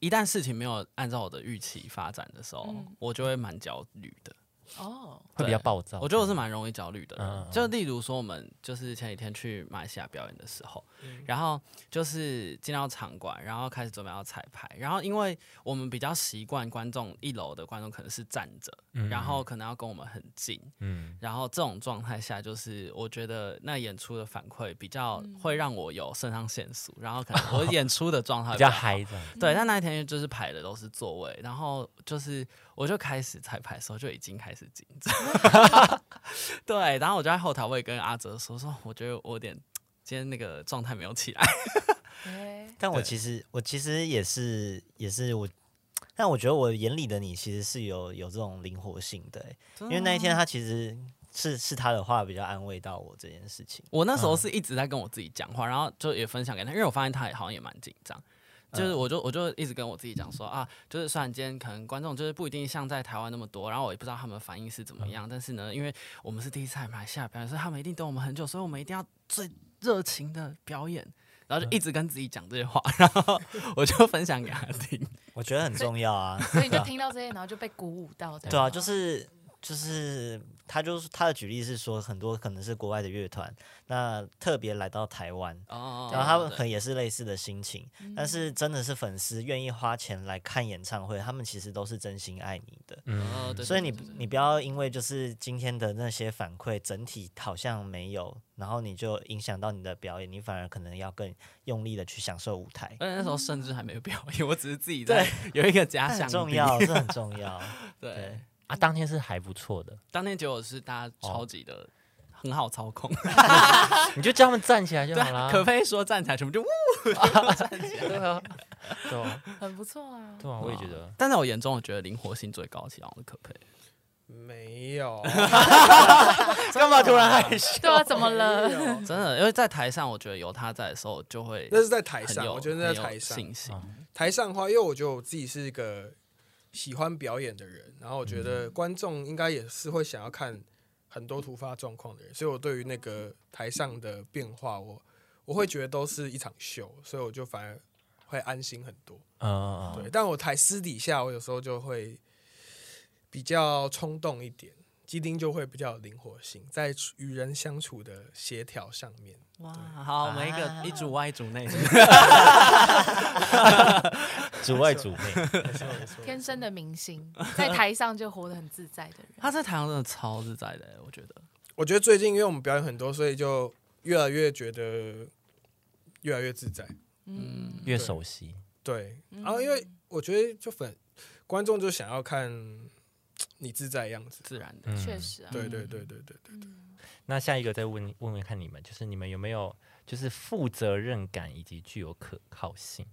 Speaker 3: 一旦事情没有按照我的预期发展的时候，
Speaker 2: 嗯
Speaker 3: 我就会蛮焦虑的。
Speaker 2: 哦，
Speaker 1: 会比较暴躁。
Speaker 3: 我觉得我是蛮容易焦虑的人，
Speaker 1: 嗯嗯嗯
Speaker 3: 就例如说我们就是前几天去马来西亚表演的时候，然后就是进到场馆，然后开始准备要彩排，然后因为我们比较习惯观众一楼的观众可能是站着，
Speaker 1: 嗯
Speaker 3: 然后可能要跟我们很近，
Speaker 1: 嗯
Speaker 3: 然后这种状态下，就是我觉得那演出的反馈比较会让我有肾上腺素，然后可 能我演出的状态
Speaker 1: 比较
Speaker 3: 好
Speaker 1: 嗨这样。
Speaker 3: 对，但那一天就是排的都是座位，然后就是我就开始彩排的时候就已经开始紧张，对，然后我就在后台我也跟阿哲说说，我觉得我有点今天那个状态没有起来，
Speaker 2: 哎，
Speaker 6: 但我
Speaker 3: 对
Speaker 6: 其实我其实也是也是我，但我觉得我眼里的你其实是有有这种灵活性的欸、因为那一天他其实是是他的话比较安慰到我这件事情。
Speaker 3: 我那时候是一直在跟我自己讲话，然后就也分享给他，因为我发现他也好像也蛮紧张。就是我就我就一直跟我自己讲说啊，就是虽然今天可能观众就是不一定像在台湾那么多，然后我也不知道他们反应是怎么样，但是呢，因为我们是第一次来马来西亚表演，所以他们一定等我们很久，所以我们一定要最热情的表演。然后就一直跟自己讲这些话， 然后我就分享给他听。
Speaker 6: 我觉得很重要啊，
Speaker 2: 所以你就听到这些，然后就被鼓舞到这样。哦
Speaker 6: 对啊，就是就是他就是他的举例是说很多可能是国外的乐团，那特别来到台湾，
Speaker 3: 哦
Speaker 6: 然后他们可能也是类似的心情，但是真的是粉丝愿意花钱来看演唱会，他们其实都是真心爱你的。
Speaker 3: 哦
Speaker 1: 嗯，
Speaker 6: 所以你你不要因为就是今天的那些反馈整体好像没有，然后你就影响到你的表演，你反而可能要更用力的去享受舞台，
Speaker 3: 而且那时候甚至还没有表演，我只是自己在有一个假
Speaker 6: 这
Speaker 3: 想
Speaker 6: 很重
Speaker 3: 敌
Speaker 6: 要，这很重要。
Speaker 3: 对
Speaker 6: 对，
Speaker 1: 啊，当天是还不错的，
Speaker 3: 当天结果是大家超级
Speaker 4: 哦
Speaker 3: 的、很好操 控，
Speaker 1: 你就叫他们站起来就
Speaker 3: 对啊
Speaker 1: 好啦。，
Speaker 3: 可飞说站起来什么就呜，
Speaker 1: 对 啊，对啊，
Speaker 2: 很不错啊。
Speaker 1: 对啊，我也觉得。
Speaker 3: 但在我眼中，我觉得灵活性最高，其实好像是可佩。
Speaker 5: 没有，
Speaker 6: 干嘛突然害羞？
Speaker 2: 对啊，怎么 了？
Speaker 4: 嗯
Speaker 5: 没有
Speaker 3: 真的，因为在台上，我觉得有他在的时候，就会
Speaker 5: 那是在台
Speaker 3: 很
Speaker 5: 上，
Speaker 3: 有
Speaker 5: 我觉得那
Speaker 3: 很
Speaker 5: 在
Speaker 3: 有
Speaker 5: 台上。
Speaker 3: 信
Speaker 4: 哦
Speaker 3: 心。
Speaker 5: 台上的话，因为我觉得我自己是一个喜欢表演的人，然后我觉得观众应该也是会想要看很多突发状况的人，所以我对于那个台上的变化，我我会觉得都是一场秀，所以我就反而会安心很多。
Speaker 1: 嗯，
Speaker 5: 对，但我台私底下，我有时候就会比较冲动一点，基丁就会比较有灵活性，在与人相处的协调上面。
Speaker 3: 哇，好，我们一个、
Speaker 4: 啊
Speaker 3: 一组外一组 内，
Speaker 7: 主外主内，
Speaker 5: 没错没错
Speaker 2: 天生的明星，在台上就活得很自在的人。
Speaker 3: 他在台上真的超自在的，我觉得。
Speaker 5: 我觉得最近因为我们表演很多，所以就越来越觉得越来越自在。
Speaker 2: 嗯，
Speaker 1: 越熟悉，
Speaker 5: 对，然啊后因为我觉得就粉观众就想要看嘖你自在的样子。
Speaker 3: 自然的，
Speaker 1: 嗯
Speaker 2: 确。实啊。
Speaker 5: 对对对对对对，
Speaker 1: 那下一个再问问问看你们，就是你们有没有就是负责任感以及具有可靠性？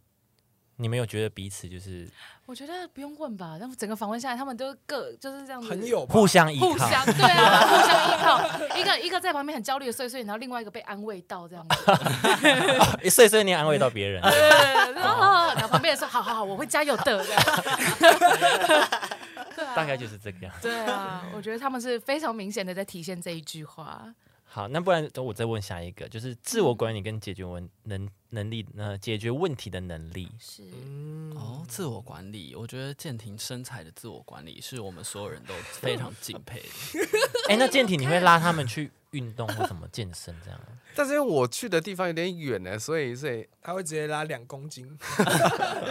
Speaker 1: 你们有觉得彼此就是
Speaker 2: 我觉得不用问吧，但整个访问下来，他们都各就是这样子，
Speaker 5: 很有吧
Speaker 1: 互相依靠？
Speaker 2: 互 相对啊，互相依靠。一个一个在旁边很焦虑的碎碎，然后另外一个被安慰到这样 子，
Speaker 1: 碎碎念安慰到别人，
Speaker 2: 对然后然后旁边人说好好好，我会加油的。这样对啊，
Speaker 1: 大概就是这个样。
Speaker 2: 对啊，我觉得他们是非常明显的在体现这一句话。
Speaker 1: 好，那不然等我再问下一个，就是自我管理跟解决问能能力，呃，解决问题的能力。
Speaker 2: 是，
Speaker 5: 嗯
Speaker 4: 嗯
Speaker 3: 哦，自我管理，我觉得建廷身材的自我管理是我们所有人都非常敬佩 的。
Speaker 1: 哎，那健体你会拉他们去运动或什么健身这样吗？
Speaker 4: 但是因为我去的地方有点远呢，所以所以
Speaker 5: 他会直接拉两 公斤，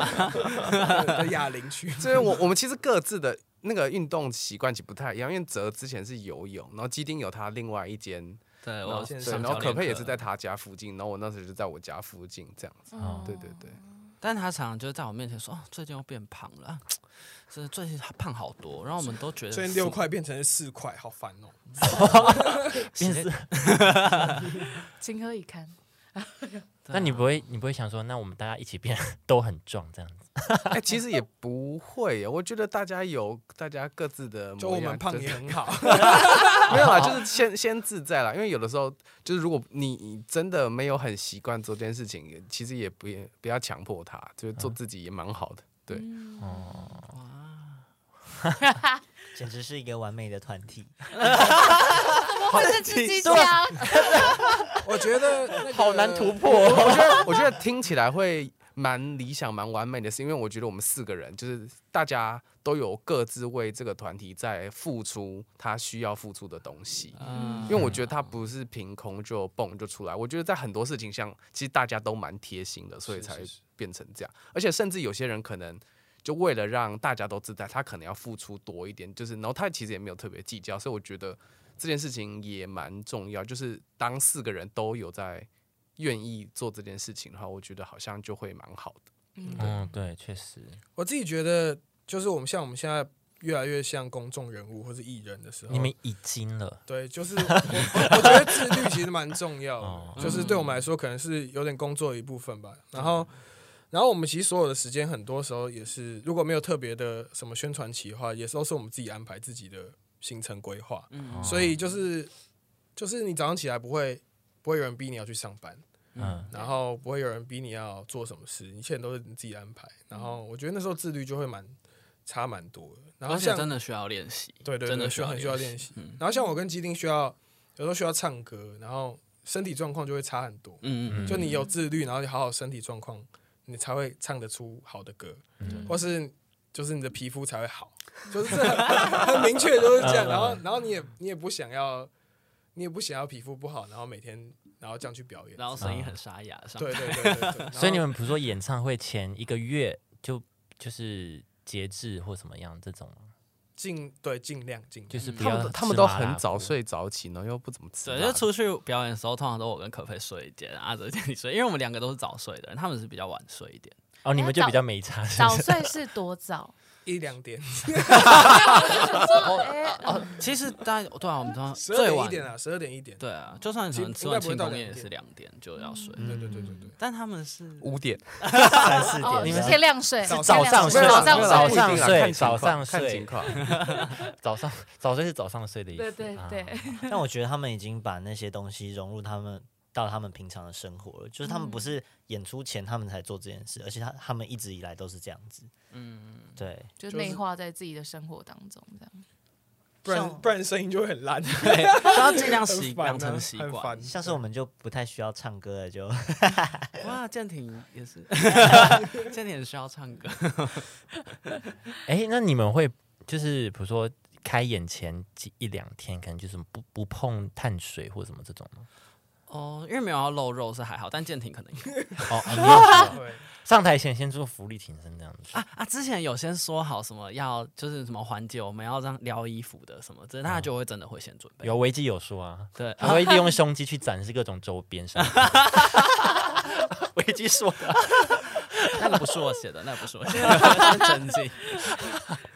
Speaker 5: 在哑铃区。
Speaker 4: 所以我我们其实各自的那个运动习惯其实不太一样，因为哲之前是游泳，然后基丁有他另外一间，
Speaker 3: 对，
Speaker 4: 然
Speaker 3: 我
Speaker 4: 后
Speaker 5: 健
Speaker 4: 哦对，
Speaker 5: 身
Speaker 4: 然
Speaker 5: 教
Speaker 4: 后
Speaker 5: 练
Speaker 4: 可佩也是在，他家附近，然后我那时候就在我家附近这样子，
Speaker 1: 哦
Speaker 4: 对对对，
Speaker 3: 但他常常就在我面前说，哦，最近又变胖了，啊真的最近他胖好多，然后我们都觉得
Speaker 5: 所以
Speaker 3: 服
Speaker 5: 六块变成四块，好烦哦！
Speaker 1: 变身
Speaker 2: 情何以堪？
Speaker 1: 那你不会，你不会想说，那我们大家一起变 都很壮这样子？
Speaker 4: 哎、其实也不会耶，我觉得大家有大家各自的模样，
Speaker 5: 就我们胖
Speaker 4: 就
Speaker 5: 也
Speaker 4: 是
Speaker 5: 很 好，
Speaker 4: 没有啦，就是先先自在啦，因为有的时候就是如果你真的没有很习惯做这件事情，也其实也不也不要强迫他，就
Speaker 5: 嗯
Speaker 4: 是做自己也蛮好的。对，
Speaker 6: 简直是一个完美的团体。
Speaker 2: 我是吃鸡架，
Speaker 5: 我觉得那个
Speaker 1: 破、
Speaker 4: 我觉得我觉得听起来会蛮理想、蛮完美的，是因为我觉得我们四个人就是大家都有各自为这个团体在付出他需要付出的东西。
Speaker 3: 嗯
Speaker 4: 因为我觉得它不是凭空就蹦就出来，我觉得在很多事情上，其实大家都蛮贴心的，所以
Speaker 3: 是
Speaker 4: 才
Speaker 3: 是是
Speaker 4: 变成这样。而且甚至有些人可能就为了让大家都自在，他可能要付出多一点，就是然后他其实也没有特别计较，所以我觉得这件事情也蛮重要。就是当四个人都有在愿意做这件事情的话，我觉得好像就会蛮好的。
Speaker 1: 嗯，对，确实，
Speaker 5: 我自己觉得，就是我们像我们现在越来越像公众人物或是艺人的时候，
Speaker 1: 你们已经了，
Speaker 5: 对，就是我 我我觉得自律其实蛮重要
Speaker 1: 哦
Speaker 5: 的，就是对我们来说可能是有点工作的一部分吧。然
Speaker 3: 嗯
Speaker 5: 后，然后我们其实所有的时间，很多时候也是如果没有特别的什么宣传企划，也是都是我们自己安排自己的行程规划。
Speaker 3: 嗯
Speaker 1: 哦
Speaker 5: 所以就是就是你早上起来不会不会有人逼你要去上班，
Speaker 1: 嗯，
Speaker 5: 然后不会有人逼你要做什么事，一切都是你自己安排。然后我觉得那时候自律就会蛮差蛮多的。然后
Speaker 3: 而且
Speaker 5: 像
Speaker 3: 真的需要练习，
Speaker 5: 对对对
Speaker 3: 真的
Speaker 5: 需要很需要练
Speaker 3: 习嗯
Speaker 5: 习。然后像我跟基丁需要，有时候需要唱歌，然后身体状况就会差很多。
Speaker 3: 嗯嗯嗯，
Speaker 5: 就你有自律，然后你好好身体状况，你才会唱得出好的歌，
Speaker 3: 嗯
Speaker 5: 或是就是你的皮肤才会 好，就是这很很明确就是
Speaker 3: 嗯
Speaker 5: 这样。然后然后你也你也不想要，你也不想要皮肤不好，然后每天然后这样去表演。
Speaker 3: 然后声音很沙哑，上
Speaker 5: 对对对对对。 然后
Speaker 1: 所以你们比如说演唱会前一个月就就是节制或怎么样这种，
Speaker 5: 尽对尽量尽量
Speaker 1: 就是不
Speaker 4: 他
Speaker 1: 要
Speaker 4: 们都他们
Speaker 1: 吃
Speaker 4: 都
Speaker 1: 麻辣
Speaker 4: 很早
Speaker 1: 锅，
Speaker 4: 睡早起呢，又不怎么吃辣
Speaker 3: 对，
Speaker 4: 的。
Speaker 3: 就出去表演的时候，通常都我跟可菲睡一点， 阿哲一点你睡，因为我们两个都是早睡的人，他们是比较晚睡一点。
Speaker 1: 哦，你们就
Speaker 2: 早
Speaker 1: 比较没差，是
Speaker 2: 早
Speaker 1: 不是？
Speaker 2: 睡是多早？
Speaker 5: 一 两点，
Speaker 2: 哎
Speaker 3: 哦，其实大家对啊，我们通常
Speaker 5: 十二
Speaker 3: 最
Speaker 5: 点
Speaker 3: 晚
Speaker 5: 一点啊，十二点一点。
Speaker 3: 对啊，就算你可能吃
Speaker 5: 应该
Speaker 3: 完
Speaker 5: 不会
Speaker 3: 庆
Speaker 5: 到
Speaker 3: 功宴也
Speaker 5: 两点
Speaker 3: 是两点就要睡，
Speaker 5: 对对对对对。
Speaker 3: 但他们是
Speaker 4: 五点，
Speaker 6: 三四
Speaker 2: 哦，
Speaker 6: 点，
Speaker 1: 你们
Speaker 2: 天亮睡，
Speaker 5: 早
Speaker 1: 早
Speaker 2: 天
Speaker 1: 上
Speaker 2: 亮
Speaker 1: 睡，
Speaker 2: 睡，
Speaker 4: 没有啦
Speaker 2: 早上
Speaker 4: 没有啦
Speaker 1: 早
Speaker 2: 睡
Speaker 4: 不一定啦
Speaker 1: 上睡，早
Speaker 4: 啊看情况
Speaker 1: 上
Speaker 4: 看
Speaker 1: 睡，
Speaker 4: 情况。
Speaker 1: 早上早睡是早上睡的意思。
Speaker 2: 对对
Speaker 1: 啊
Speaker 2: 对，
Speaker 6: 但我觉得他们已经把那些东西融入他们到他们平常的生活了，就是他
Speaker 1: 嗯
Speaker 6: 们不是演出前他们才做这件事，而且他他们一直以来都是这样子。嗯，对，
Speaker 2: 就内化在自己的生活当中，这样。
Speaker 5: 不然
Speaker 6: 像
Speaker 5: 不然声音就会很 烂，
Speaker 3: 对，都要尽量习
Speaker 5: 很烦啊
Speaker 3: 养成习
Speaker 5: 很
Speaker 3: 惯。
Speaker 5: 烦
Speaker 6: 像是我们就不太需要唱歌了，就
Speaker 3: 哇，建廷也是，建廷也需要唱歌。
Speaker 1: 哎，那你们会就是比如说开演前几一两天，可能就是不不碰碳水或什么这种 吗？
Speaker 3: 哦，因为没有要露肉是还好，但建廷可能有
Speaker 1: 哦，啊你有说
Speaker 5: 对，
Speaker 1: 上台前先做浮力挺身这样子。
Speaker 3: 啊啊，之前有先说好什么要就是什么环节，我们要让撩衣服的什么，只是他就会真的会先准备。
Speaker 1: 有维基有说啊，
Speaker 3: 对，
Speaker 1: 他会利用胸肌去展示各种周边商品。 维基说的，
Speaker 3: 那个不是我写的，那个不是我 写的，是真 经。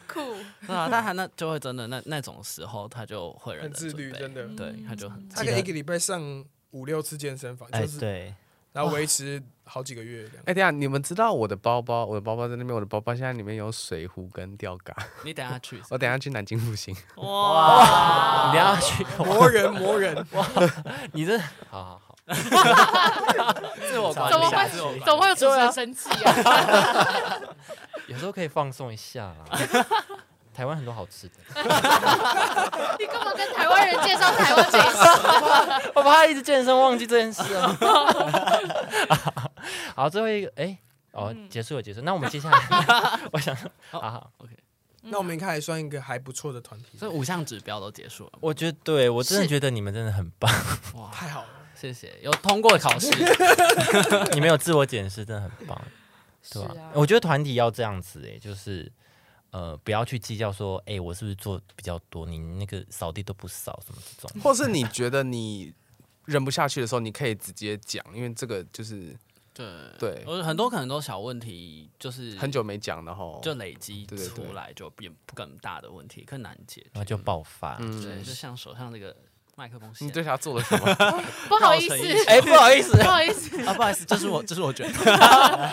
Speaker 2: 酷，
Speaker 3: 对啊，但他那就会真的那那种时候，他就会
Speaker 5: 很
Speaker 3: 认
Speaker 5: 自
Speaker 3: 真
Speaker 5: 律，
Speaker 3: 准备
Speaker 5: 真的。
Speaker 3: 对，他就很
Speaker 5: 他可以一个礼拜上五六次健身房，
Speaker 6: 哎、
Speaker 5: 就是
Speaker 6: 对，
Speaker 5: 然后维持好几个月这样。
Speaker 4: 哎、等一下，你们知道我的包包，我的包包在那边，我的包包现在里面有水壶跟吊嘎。哦
Speaker 3: 你等下 去
Speaker 4: 我等一下去南京复兴，
Speaker 3: 啊
Speaker 1: 你等下去，
Speaker 5: 磨人磨人，
Speaker 1: 你这好好好，
Speaker 3: 自我管
Speaker 2: 怎么
Speaker 3: 理，自我
Speaker 2: 会怎
Speaker 3: 管
Speaker 2: 么会有主持人生气啊？
Speaker 1: 有时候可以放松一下啦。台湾很多好吃的，
Speaker 2: 你干嘛跟台湾人介绍台湾美食？
Speaker 1: 我怕他一直健身忘记这件事啊。 好，最后一个，哎、哦，结束了，结束。那我们接下来， 我想，好好，
Speaker 3: OK，
Speaker 2: 嗯
Speaker 5: 那我们应该还算一个还不错的团体，
Speaker 3: 所以五项指标都结束了。
Speaker 1: 我觉得对我真的
Speaker 2: 是
Speaker 1: 觉得你们真的很棒，
Speaker 3: 哇，
Speaker 5: 太 好了。
Speaker 3: 谢谢，有通过考 试。
Speaker 1: 你们有自我检视，真的很 棒。
Speaker 2: 是
Speaker 1: 对吧、
Speaker 2: 啊，
Speaker 1: 我觉得团体要这样子、欸，就是呃，不要去计较说，哎、我是不是做比较多，你那个扫地都不扫什么这种。
Speaker 4: 或是你觉得你忍不下去的时候，你可以直接讲，因为这个就是
Speaker 3: 对
Speaker 4: 对
Speaker 3: 我很多可能都小问题，就是
Speaker 4: 很久没讲，然后
Speaker 3: 就累积
Speaker 4: 对对对
Speaker 3: 出来，就变更大的问题，更难解决。
Speaker 1: 然后就爆发，
Speaker 3: 对，就像手上这个麦克风线
Speaker 4: 你，嗯对他做了什么？
Speaker 2: 不好意思
Speaker 3: 造成一，些
Speaker 1: 哎、不好意思，
Speaker 2: 不好意 思，
Speaker 3: 啊，不好意思，这是我，这是我觉 得。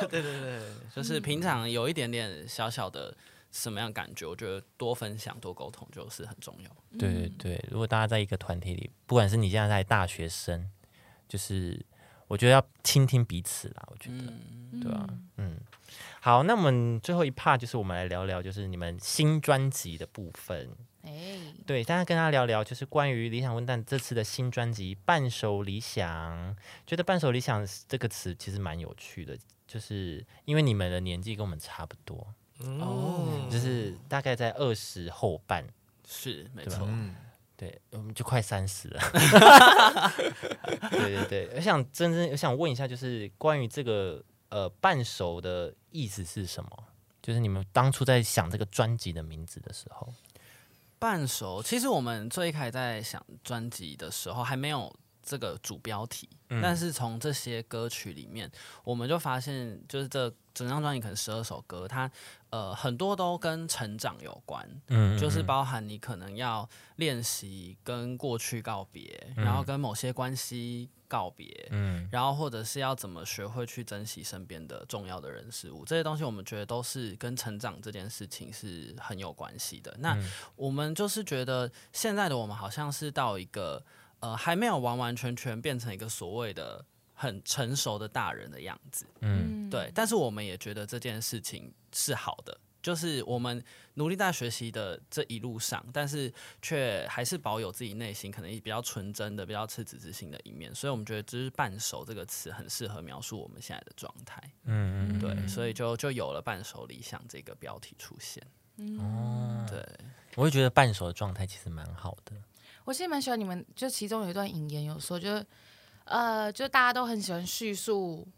Speaker 3: 对对对，对就是
Speaker 4: 嗯
Speaker 3: 平常有一点点小小的什么样感觉，我觉得多分享、多沟通就是很重要。
Speaker 1: 对对对，如果大家在一个团体里，不管是你现在在大学生，就是我觉得要倾听彼此啦，我觉得，对啊，嗯，好，那我们最后一 part 就是我们来聊聊，就是你们新专辑的部分，
Speaker 2: 哎，
Speaker 1: 对，大家跟他聊聊，就是关于理想混蛋这次的新专辑《半首理想》，觉得“半首理想”这个词其实蛮有趣的，就是因为你们的年纪跟我们差不多，
Speaker 5: 哦
Speaker 1: 就是大概在二十后半，
Speaker 3: 是没
Speaker 1: 对吧
Speaker 3: 错，
Speaker 7: 嗯，
Speaker 1: 对，我们就快三十了。对对对，我想真正我想问一下，就是关于这个呃半首的意思是什么？就是你们当初在想这个专辑的名字的时候，
Speaker 3: 半熟。其实我们最开始在想专辑的时候，还没有这个主标题，
Speaker 1: 嗯
Speaker 3: 但是从这些歌曲里面，我们就发现，就是这整张专辑可能十二首歌，它呃很多都跟成长有关，
Speaker 1: 嗯
Speaker 3: 就是包含你可能要练习跟过去告别，然后跟某些关系告别，
Speaker 1: 嗯
Speaker 3: 然后或者是要怎么学会去珍惜身边的重要的人事物，这些东西我们觉得都是跟成长这件事情是很有关系的。那我们就是觉得现在的我们好像是到一个呃还没有完完全全变成一个所谓的很成熟的大人的样子，
Speaker 1: 嗯
Speaker 3: 对，但是我们也觉得这件事情是好的，就是我们努力在学习的这一路上，但是却还是保有自己内心可能比较纯真的、比较赤子之心的一面，所以我们觉得“就是半熟”这个词很适合描述我们现在的状态，
Speaker 1: 嗯嗯
Speaker 3: 对，所以就就有了“半熟理想”这个标题出现，
Speaker 2: 嗯
Speaker 1: 哦，
Speaker 3: 对，
Speaker 1: 我会觉得半首的状态其实蛮好的，
Speaker 2: 我其实蛮喜欢你们，就其中有一段引言有说，就是呃，就大家都很喜欢叙述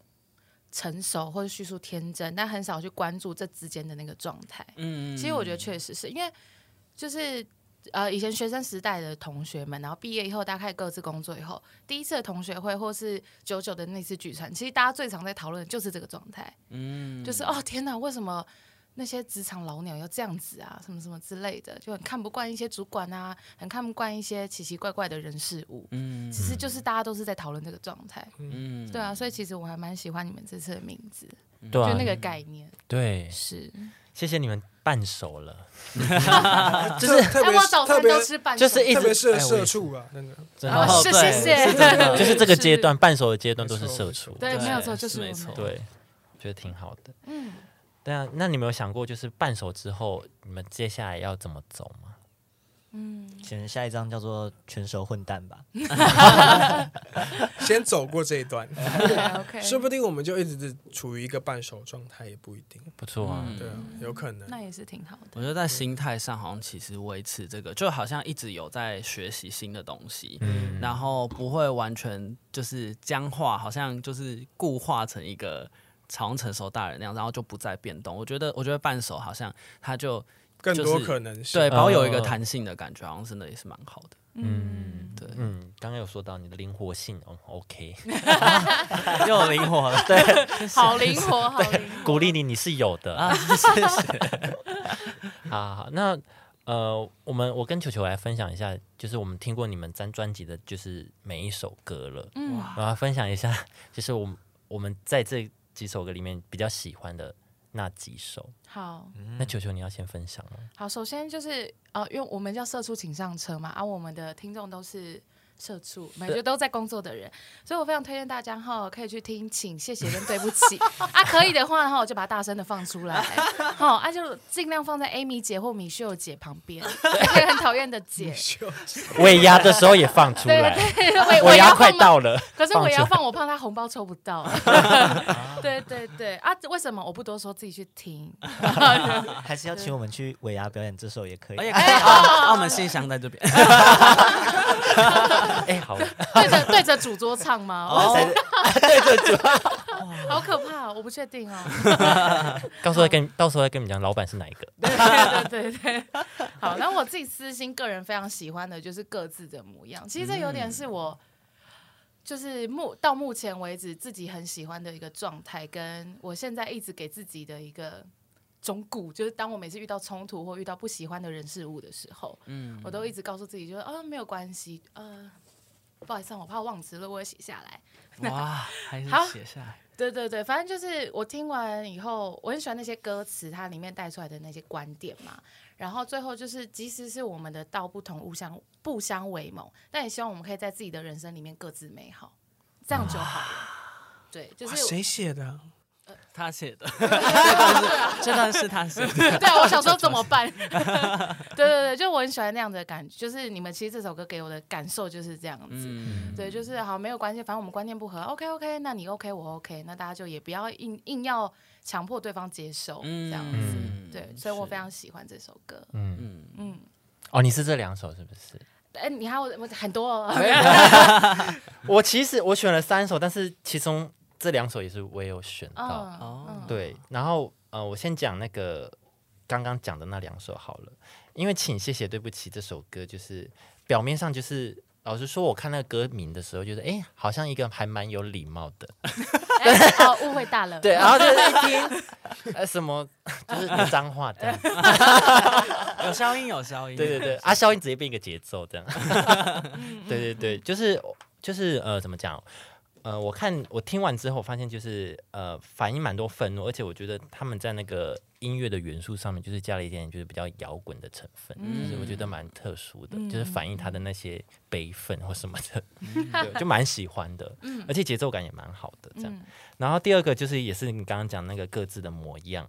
Speaker 2: 成熟或者叙述天真，但很少去关注这之间的那个状态。
Speaker 3: 嗯
Speaker 2: 其实我觉得确实是因为就是。呃，以前学生时代的同学们，然后毕业以后，大家开始各自工作以后，第一次的同学会或是九九的那次聚餐，其实大家最常在讨论的就是这个状态，嗯，就是哦天哪，为什么那些职场老鸟要这样子啊，什么什么之类的，就很看不惯一些主管啊，很看不惯一些奇奇怪怪的人事物，
Speaker 3: 嗯
Speaker 2: 其实就是大家都是在讨论这个状态，
Speaker 3: 嗯
Speaker 2: 对啊，所以其实我还蛮喜欢你们这次的名字，
Speaker 1: 对
Speaker 2: 就
Speaker 1: 啊
Speaker 2: 那，个概念
Speaker 1: 对，
Speaker 2: 是，
Speaker 1: 谢谢你们半首 了，
Speaker 5: 就是特
Speaker 2: 哎，
Speaker 5: 别
Speaker 2: 我早
Speaker 5: 特
Speaker 2: 餐
Speaker 5: 别
Speaker 2: 都吃半
Speaker 1: 就
Speaker 2: 熟，
Speaker 1: 是一
Speaker 5: 特别
Speaker 1: 直
Speaker 5: 适合
Speaker 1: 哎我
Speaker 5: 社
Speaker 1: 也是
Speaker 5: 畜啊，真的。
Speaker 1: 真
Speaker 2: 啊
Speaker 1: 的
Speaker 3: 哦
Speaker 2: 是
Speaker 3: 对
Speaker 2: 谢谢，
Speaker 1: 就是这个
Speaker 2: 是
Speaker 1: 阶段，半首的阶段都是
Speaker 5: 没错
Speaker 1: 社
Speaker 5: 没
Speaker 1: 畜，
Speaker 2: 对，
Speaker 3: 对
Speaker 2: 没有错，就是是
Speaker 3: 没
Speaker 2: 我们啊
Speaker 3: 错
Speaker 1: 对，觉得挺好的。
Speaker 2: 嗯，
Speaker 1: 对啊，那你们有想过，就是半首之后，你们接下来要怎么走吗？
Speaker 6: 可能下一张叫做全熟混蛋 吧。
Speaker 5: 先走过这一 段，
Speaker 2: 对，OK，
Speaker 5: 说不定我们就一直是处于一个半熟状态，也不一定。
Speaker 1: 不错啊，
Speaker 5: 对啊，有可能。
Speaker 2: 嗯那也是挺好的，
Speaker 3: 我觉得在心态上，好像其实维持这个，就好像一直有在学习新的东西，
Speaker 1: 嗯
Speaker 2: 嗯
Speaker 3: 然后不会完全就是僵化，好像就是固化成一个常成熟大人那样，然后就不再变动。我觉得，我觉得半手好像他就
Speaker 5: 更多
Speaker 3: 就是
Speaker 5: 可能性。啊
Speaker 3: 对保有一个
Speaker 1: 哦
Speaker 3: 弹性的感觉，好像真的也是蛮好的。
Speaker 2: 嗯，
Speaker 3: 对，
Speaker 1: 嗯，刚刚有说到你的灵活性，哦，OK，
Speaker 6: 又灵活了，对，
Speaker 2: 好灵活，好灵活，
Speaker 1: 鼓励你，你是有的 啊，谢谢。好好，那呃，我们我跟球球来分享一下，就是我们听过你们张专辑的，就是每一首歌了，
Speaker 2: 嗯，
Speaker 1: 然后分享一下， 就是我们我们在这几首歌里面比较喜欢的那几首。
Speaker 2: 好
Speaker 1: 那球球你要先分享吗？
Speaker 2: 好，首先就是呃，因为我们叫社畜请上车嘛，而、啊我们的听众都是。社畜，每个都在工作的人，所以我非常推荐大家哈，可以去听，请谢谢跟对不起 啊，可以的话哈，就把它大声的放出来，好，啊就尽量放在 Amy 姐或米秀姐旁边，那个很讨厌的姐，
Speaker 1: 尾牙的时候也放出
Speaker 2: 对
Speaker 1: 来，
Speaker 2: 对， 对我
Speaker 1: 尾
Speaker 2: 我
Speaker 1: 牙
Speaker 2: 要
Speaker 1: 快
Speaker 2: 放吗
Speaker 1: 到 了，
Speaker 2: 可是我也要
Speaker 1: 放出来
Speaker 2: 放，我怕他红包抽不到。 对对对啊！为什么我不多说，自己去听？
Speaker 6: 还是要请我们去尾牙表演这首也可以
Speaker 3: 而。且可以啊， 澳门信箱在这边，
Speaker 1: 哎，好。
Speaker 2: 对着对着主桌唱吗？
Speaker 6: 在
Speaker 2: 好可怕、哦，我不确定哦。
Speaker 1: 到时候再跟到时候再跟你们讲老板是哪一个。
Speaker 2: 对对对对，好。那我自己私心个人非常喜欢的就是各自的模样，其实这有点是我。就是目到目前为止自己很喜欢的一个状态，跟我现在一直给自己的一个忠固，就是当我每次遇到冲突或遇到不喜欢的人事物的时候，嗯，我都一直告诉自己，就是啊没有关系，呃，不好意思啊，我怕忘词了，我也写下来。
Speaker 3: 哇，还是
Speaker 2: 好
Speaker 3: 写下来，
Speaker 2: 对对对，反正就是我听完以后，我很喜欢那些歌词，它里面带出来的那些观点嘛。然后最后就是，即使是我们的道不同，互相不相为谋，但也希望我们可以在自己的人生里面各自美好，这样就好了。对，就
Speaker 5: 哇，
Speaker 2: 是
Speaker 5: 谁写的啊？
Speaker 3: 他写的，这段是 这段是他写的，
Speaker 2: 对，啊我想说怎么办？对 对对，就我很喜欢那样的感觉，就是你们其实这首歌给我的感受就是这样子。
Speaker 3: 嗯，
Speaker 2: 对，就是好，没有关系，反正我们观念不合，OK OK，那你 OK，我 OK，那大家就也不要硬硬要强迫对方接受、这样子。
Speaker 3: 嗯
Speaker 2: 对，所以我
Speaker 3: 是
Speaker 2: 非常喜欢这首歌。
Speaker 1: 嗯，
Speaker 3: 嗯，
Speaker 2: 嗯，
Speaker 1: 哦，你是这两首是不是？
Speaker 2: 哎，你还有我很多、哦，
Speaker 3: 哎
Speaker 1: 我其实我选了三首，但是其中这两首也是我也有选到。
Speaker 3: 哦
Speaker 2: 嗯，嗯，
Speaker 1: 对，然后呃，我先讲那个刚刚讲的那两首好了，因为请谢谢对不起这首歌，就是表面上就是老实说，我看那个歌名的时候，就是哎，好像一个还蛮有礼貌的，
Speaker 2: 哎哦，误会大 了，
Speaker 1: 对，然后就是一听呃什么就是脏话这样，
Speaker 3: 有消音有消音，
Speaker 1: 对对对， 啊，消音直接变一个节奏这样，对对对，就是就是呃怎么讲？呃，我看我听完之后，发现就是呃，反应蛮多愤怒，而且我觉得他们在那个音乐的元素上面，就是加了一点就是比较摇滚的成分，就是我觉得蛮特殊的，就是反映他的那些悲愤或什么的，对， 就蛮喜欢的，而且节奏感也蛮好的这样。
Speaker 2: 嗯
Speaker 1: 然后第二个就是也是你刚刚讲那个各自的模样，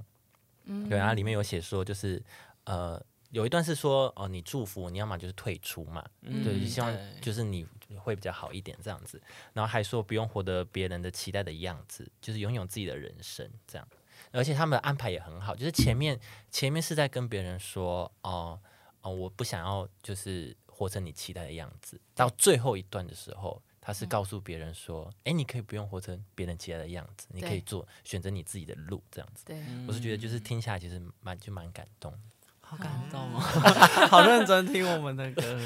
Speaker 1: 对，然后里面有写说就是呃。有一段是说哦，你祝福，你要么就是退出嘛，
Speaker 3: 嗯
Speaker 1: 对，就希望
Speaker 3: 对
Speaker 1: 就是你会比较好一点这样子，然后还说不用活得别人的期待的样子，就是拥有自己的人生这样。而且他们的安排也很好，就是前面前面是在跟别人说哦哦，我不想要就是活成你期待的样子，到最后一段的时候。他
Speaker 3: 嗯
Speaker 1: 是告诉别人说：“哎、你可以不用活成别人期待的样子，你可以
Speaker 2: 对
Speaker 1: 做选择你自己的路，这样子。
Speaker 3: 嗯
Speaker 2: 对，”
Speaker 1: 我是觉得就是听下来其实蛮就蛮感动的，
Speaker 3: 好感动 哦， 好认真听我们的歌，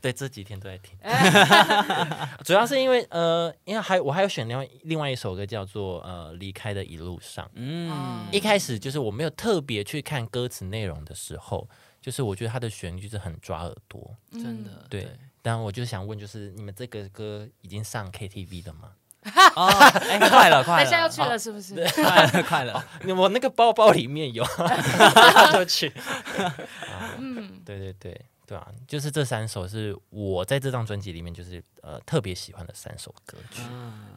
Speaker 1: 对，这几天都在听， 主要是因为呃，因为还我还有选另外另外一首歌叫做呃《离开的一路上》。
Speaker 2: 哦
Speaker 3: 嗯
Speaker 1: 一开始就是我没有特别去看歌词内容的时候，就是我觉得它的旋律就是很抓耳朵。
Speaker 3: 真的
Speaker 1: 嗯对，但我就想问，就是你们这个歌已经上 KTV 了吗？
Speaker 3: 哦，哎，快 了快
Speaker 2: 等
Speaker 3: 了，
Speaker 2: 一下要去了是不是？
Speaker 3: 快了快了，
Speaker 1: 我那个包包里面有，就去。嗯，对对对对啊，就是这三首是我在这张专辑里面就是呃特别喜欢的三首歌曲。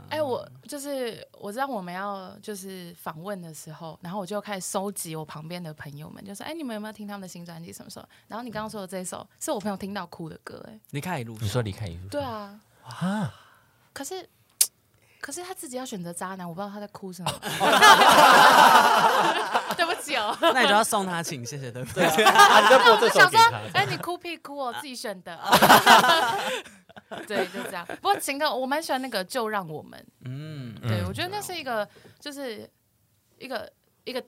Speaker 2: 哎，我就是我知道我们要就是访问的时候，然后我就开始收集我旁边的朋友们，就说：“哎，你们有没有听他们的新专辑什么时候？”然后你刚刚说的这首是我朋友听到哭的歌，哎，
Speaker 3: 离开一路上，
Speaker 1: 你说离开一路上，
Speaker 2: 对啊，可是可是他自己要选择渣男，我不知道他在哭 什么。 对不起哦，
Speaker 3: 那你就要送他请，谢谢对不对？
Speaker 1: 啊，你在播
Speaker 2: 我
Speaker 1: 这
Speaker 2: 就
Speaker 1: 首
Speaker 2: 想
Speaker 1: 给
Speaker 2: 说
Speaker 1: 他，
Speaker 2: 哎，你哭屁哭哦，自己选 的。 对，就这样。不过情歌我蛮喜欢那个《就让我们》，
Speaker 3: 嗯，
Speaker 2: 对我觉得那是一个，就是一个一个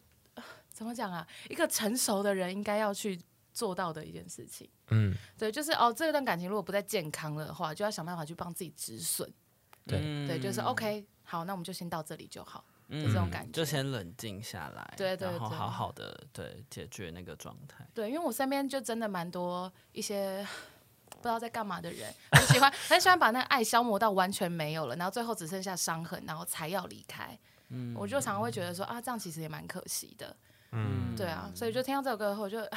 Speaker 2: 怎么讲啊？一个成熟的人应该要去做到的一件事情。
Speaker 1: 嗯，
Speaker 2: 对，就是哦，这段感情如果不再健康了的话，就要想办法去帮自己止损。
Speaker 1: 对
Speaker 2: 对，就是
Speaker 3: 嗯
Speaker 2: OK，好，那我们就先到这里就好，
Speaker 3: 嗯
Speaker 2: 就这种感觉。
Speaker 3: 就先冷静下来，
Speaker 2: 对对
Speaker 3: 然后
Speaker 2: 对
Speaker 3: 好好的对解决那个状态。
Speaker 2: 对，因为我身边就真的蛮多一些不知道在干嘛的人，很喜欢很喜欢把那个爱消磨到完全没有了，然后最后只剩下伤痕，然后才要离开。嗯，我就常常会觉得说啊，这样其实也蛮可惜的。嗯，对啊，所以就听到这首歌后，我就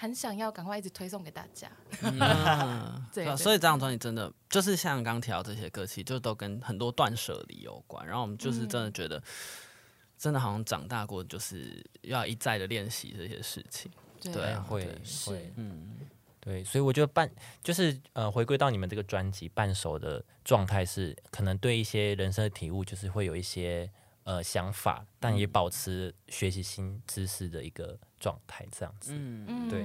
Speaker 2: 很想要赶快一直推送给大家。
Speaker 3: 嗯，
Speaker 2: 对
Speaker 3: 啊
Speaker 2: 对
Speaker 3: 所以这张专辑真的就是像刚刚提到这些歌，其实就都跟很多断舍离有关。然后我们就是真
Speaker 2: 嗯
Speaker 3: 的觉得，真的好像长大过，就是要一再的练习这些事情。
Speaker 2: 对
Speaker 3: 对啊
Speaker 1: 会
Speaker 2: 是
Speaker 1: 会，
Speaker 3: 嗯，
Speaker 1: 对，所以我觉得伴就是呃，回归到你们这个专辑伴手的状态是，可能对一些人生的体悟，就是会有一些呃想法，但也保持学习新知识的一个状态，这样子。
Speaker 2: 嗯，
Speaker 1: 对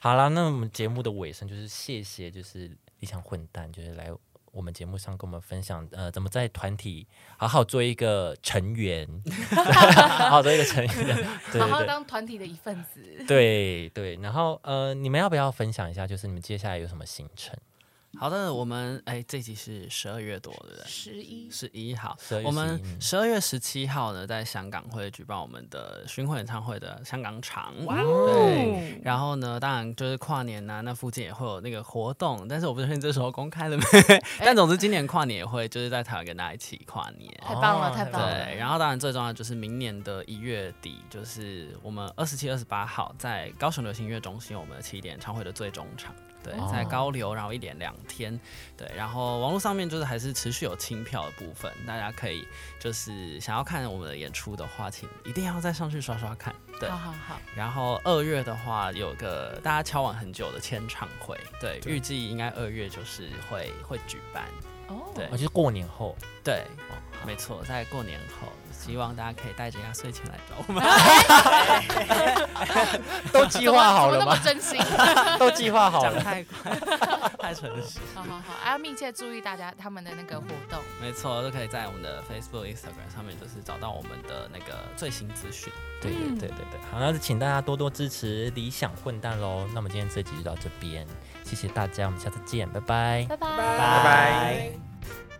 Speaker 1: 好啦，那我们节目的尾声就是谢谢，就是理想混蛋，就是来我们节目上跟我们分享，呃，怎么在团体好好做一个成员， 好好做一个成员，对
Speaker 2: 好好
Speaker 1: 对对。
Speaker 2: 当团体的一份子。
Speaker 1: 对对，然后呃，你们要不要分享一下，就是你们接下来有什么行程？
Speaker 3: 好的，我们哎，这集是十二月多，对不对？
Speaker 2: 十一，
Speaker 3: 十一号
Speaker 1: 12，月
Speaker 3: 我
Speaker 1: 11
Speaker 3: 们
Speaker 1: 嗯
Speaker 3: 十二月十七号呢，在香港会举办我们的巡回演唱会的香港场。
Speaker 1: 哦
Speaker 3: 对，然后呢，当然就是跨年啊呐、那附近也会有那个活动，但是我不确定这时候公 开了没。
Speaker 2: 哎
Speaker 3: 但总之今年跨年也会就是在台湾跟大家一起跨年。
Speaker 2: 太棒了，
Speaker 1: 哦
Speaker 2: 太
Speaker 1: 太
Speaker 2: 棒
Speaker 1: 棒
Speaker 2: 了！
Speaker 3: 对，然后当然最重要的就是明年的一月底，就是我们二十七、二十八号在高雄流行音乐中心，我们的起点演唱会的最终场。对，在高流，然后一连两天，对，然后网络上面就是还是持续有清票的部分，大家可以就是想要看我们的演出的话，请一定要再上去刷刷看，对
Speaker 2: 好。好好，
Speaker 3: 然后二月的话，有个大家敲碗很久的签唱会，对，预计应该二月就是会会举办，
Speaker 2: 哦，
Speaker 3: 对
Speaker 1: 哦，就是过年后，
Speaker 3: 对，没错，在过年后，希望大家可以带着压岁钱来找我们。
Speaker 1: 都计划好
Speaker 2: 怎
Speaker 1: 了
Speaker 2: 么
Speaker 1: 吗
Speaker 2: 那么？真心？
Speaker 1: 都计划好
Speaker 3: 讲
Speaker 1: 了，
Speaker 3: 太快，太诚实。
Speaker 2: 好好好，啊，密切注意大家他们的那个活动。
Speaker 3: 没错，都可以在我们的 Facebook、Instagram 上面，就是找到我们的那个最新资讯。
Speaker 1: 对对对对对，好，那就请大家多多支持理想混蛋喽。那么今天这集就到这边，谢谢大家，我们下次见，拜拜。
Speaker 2: 拜拜。
Speaker 5: 拜拜。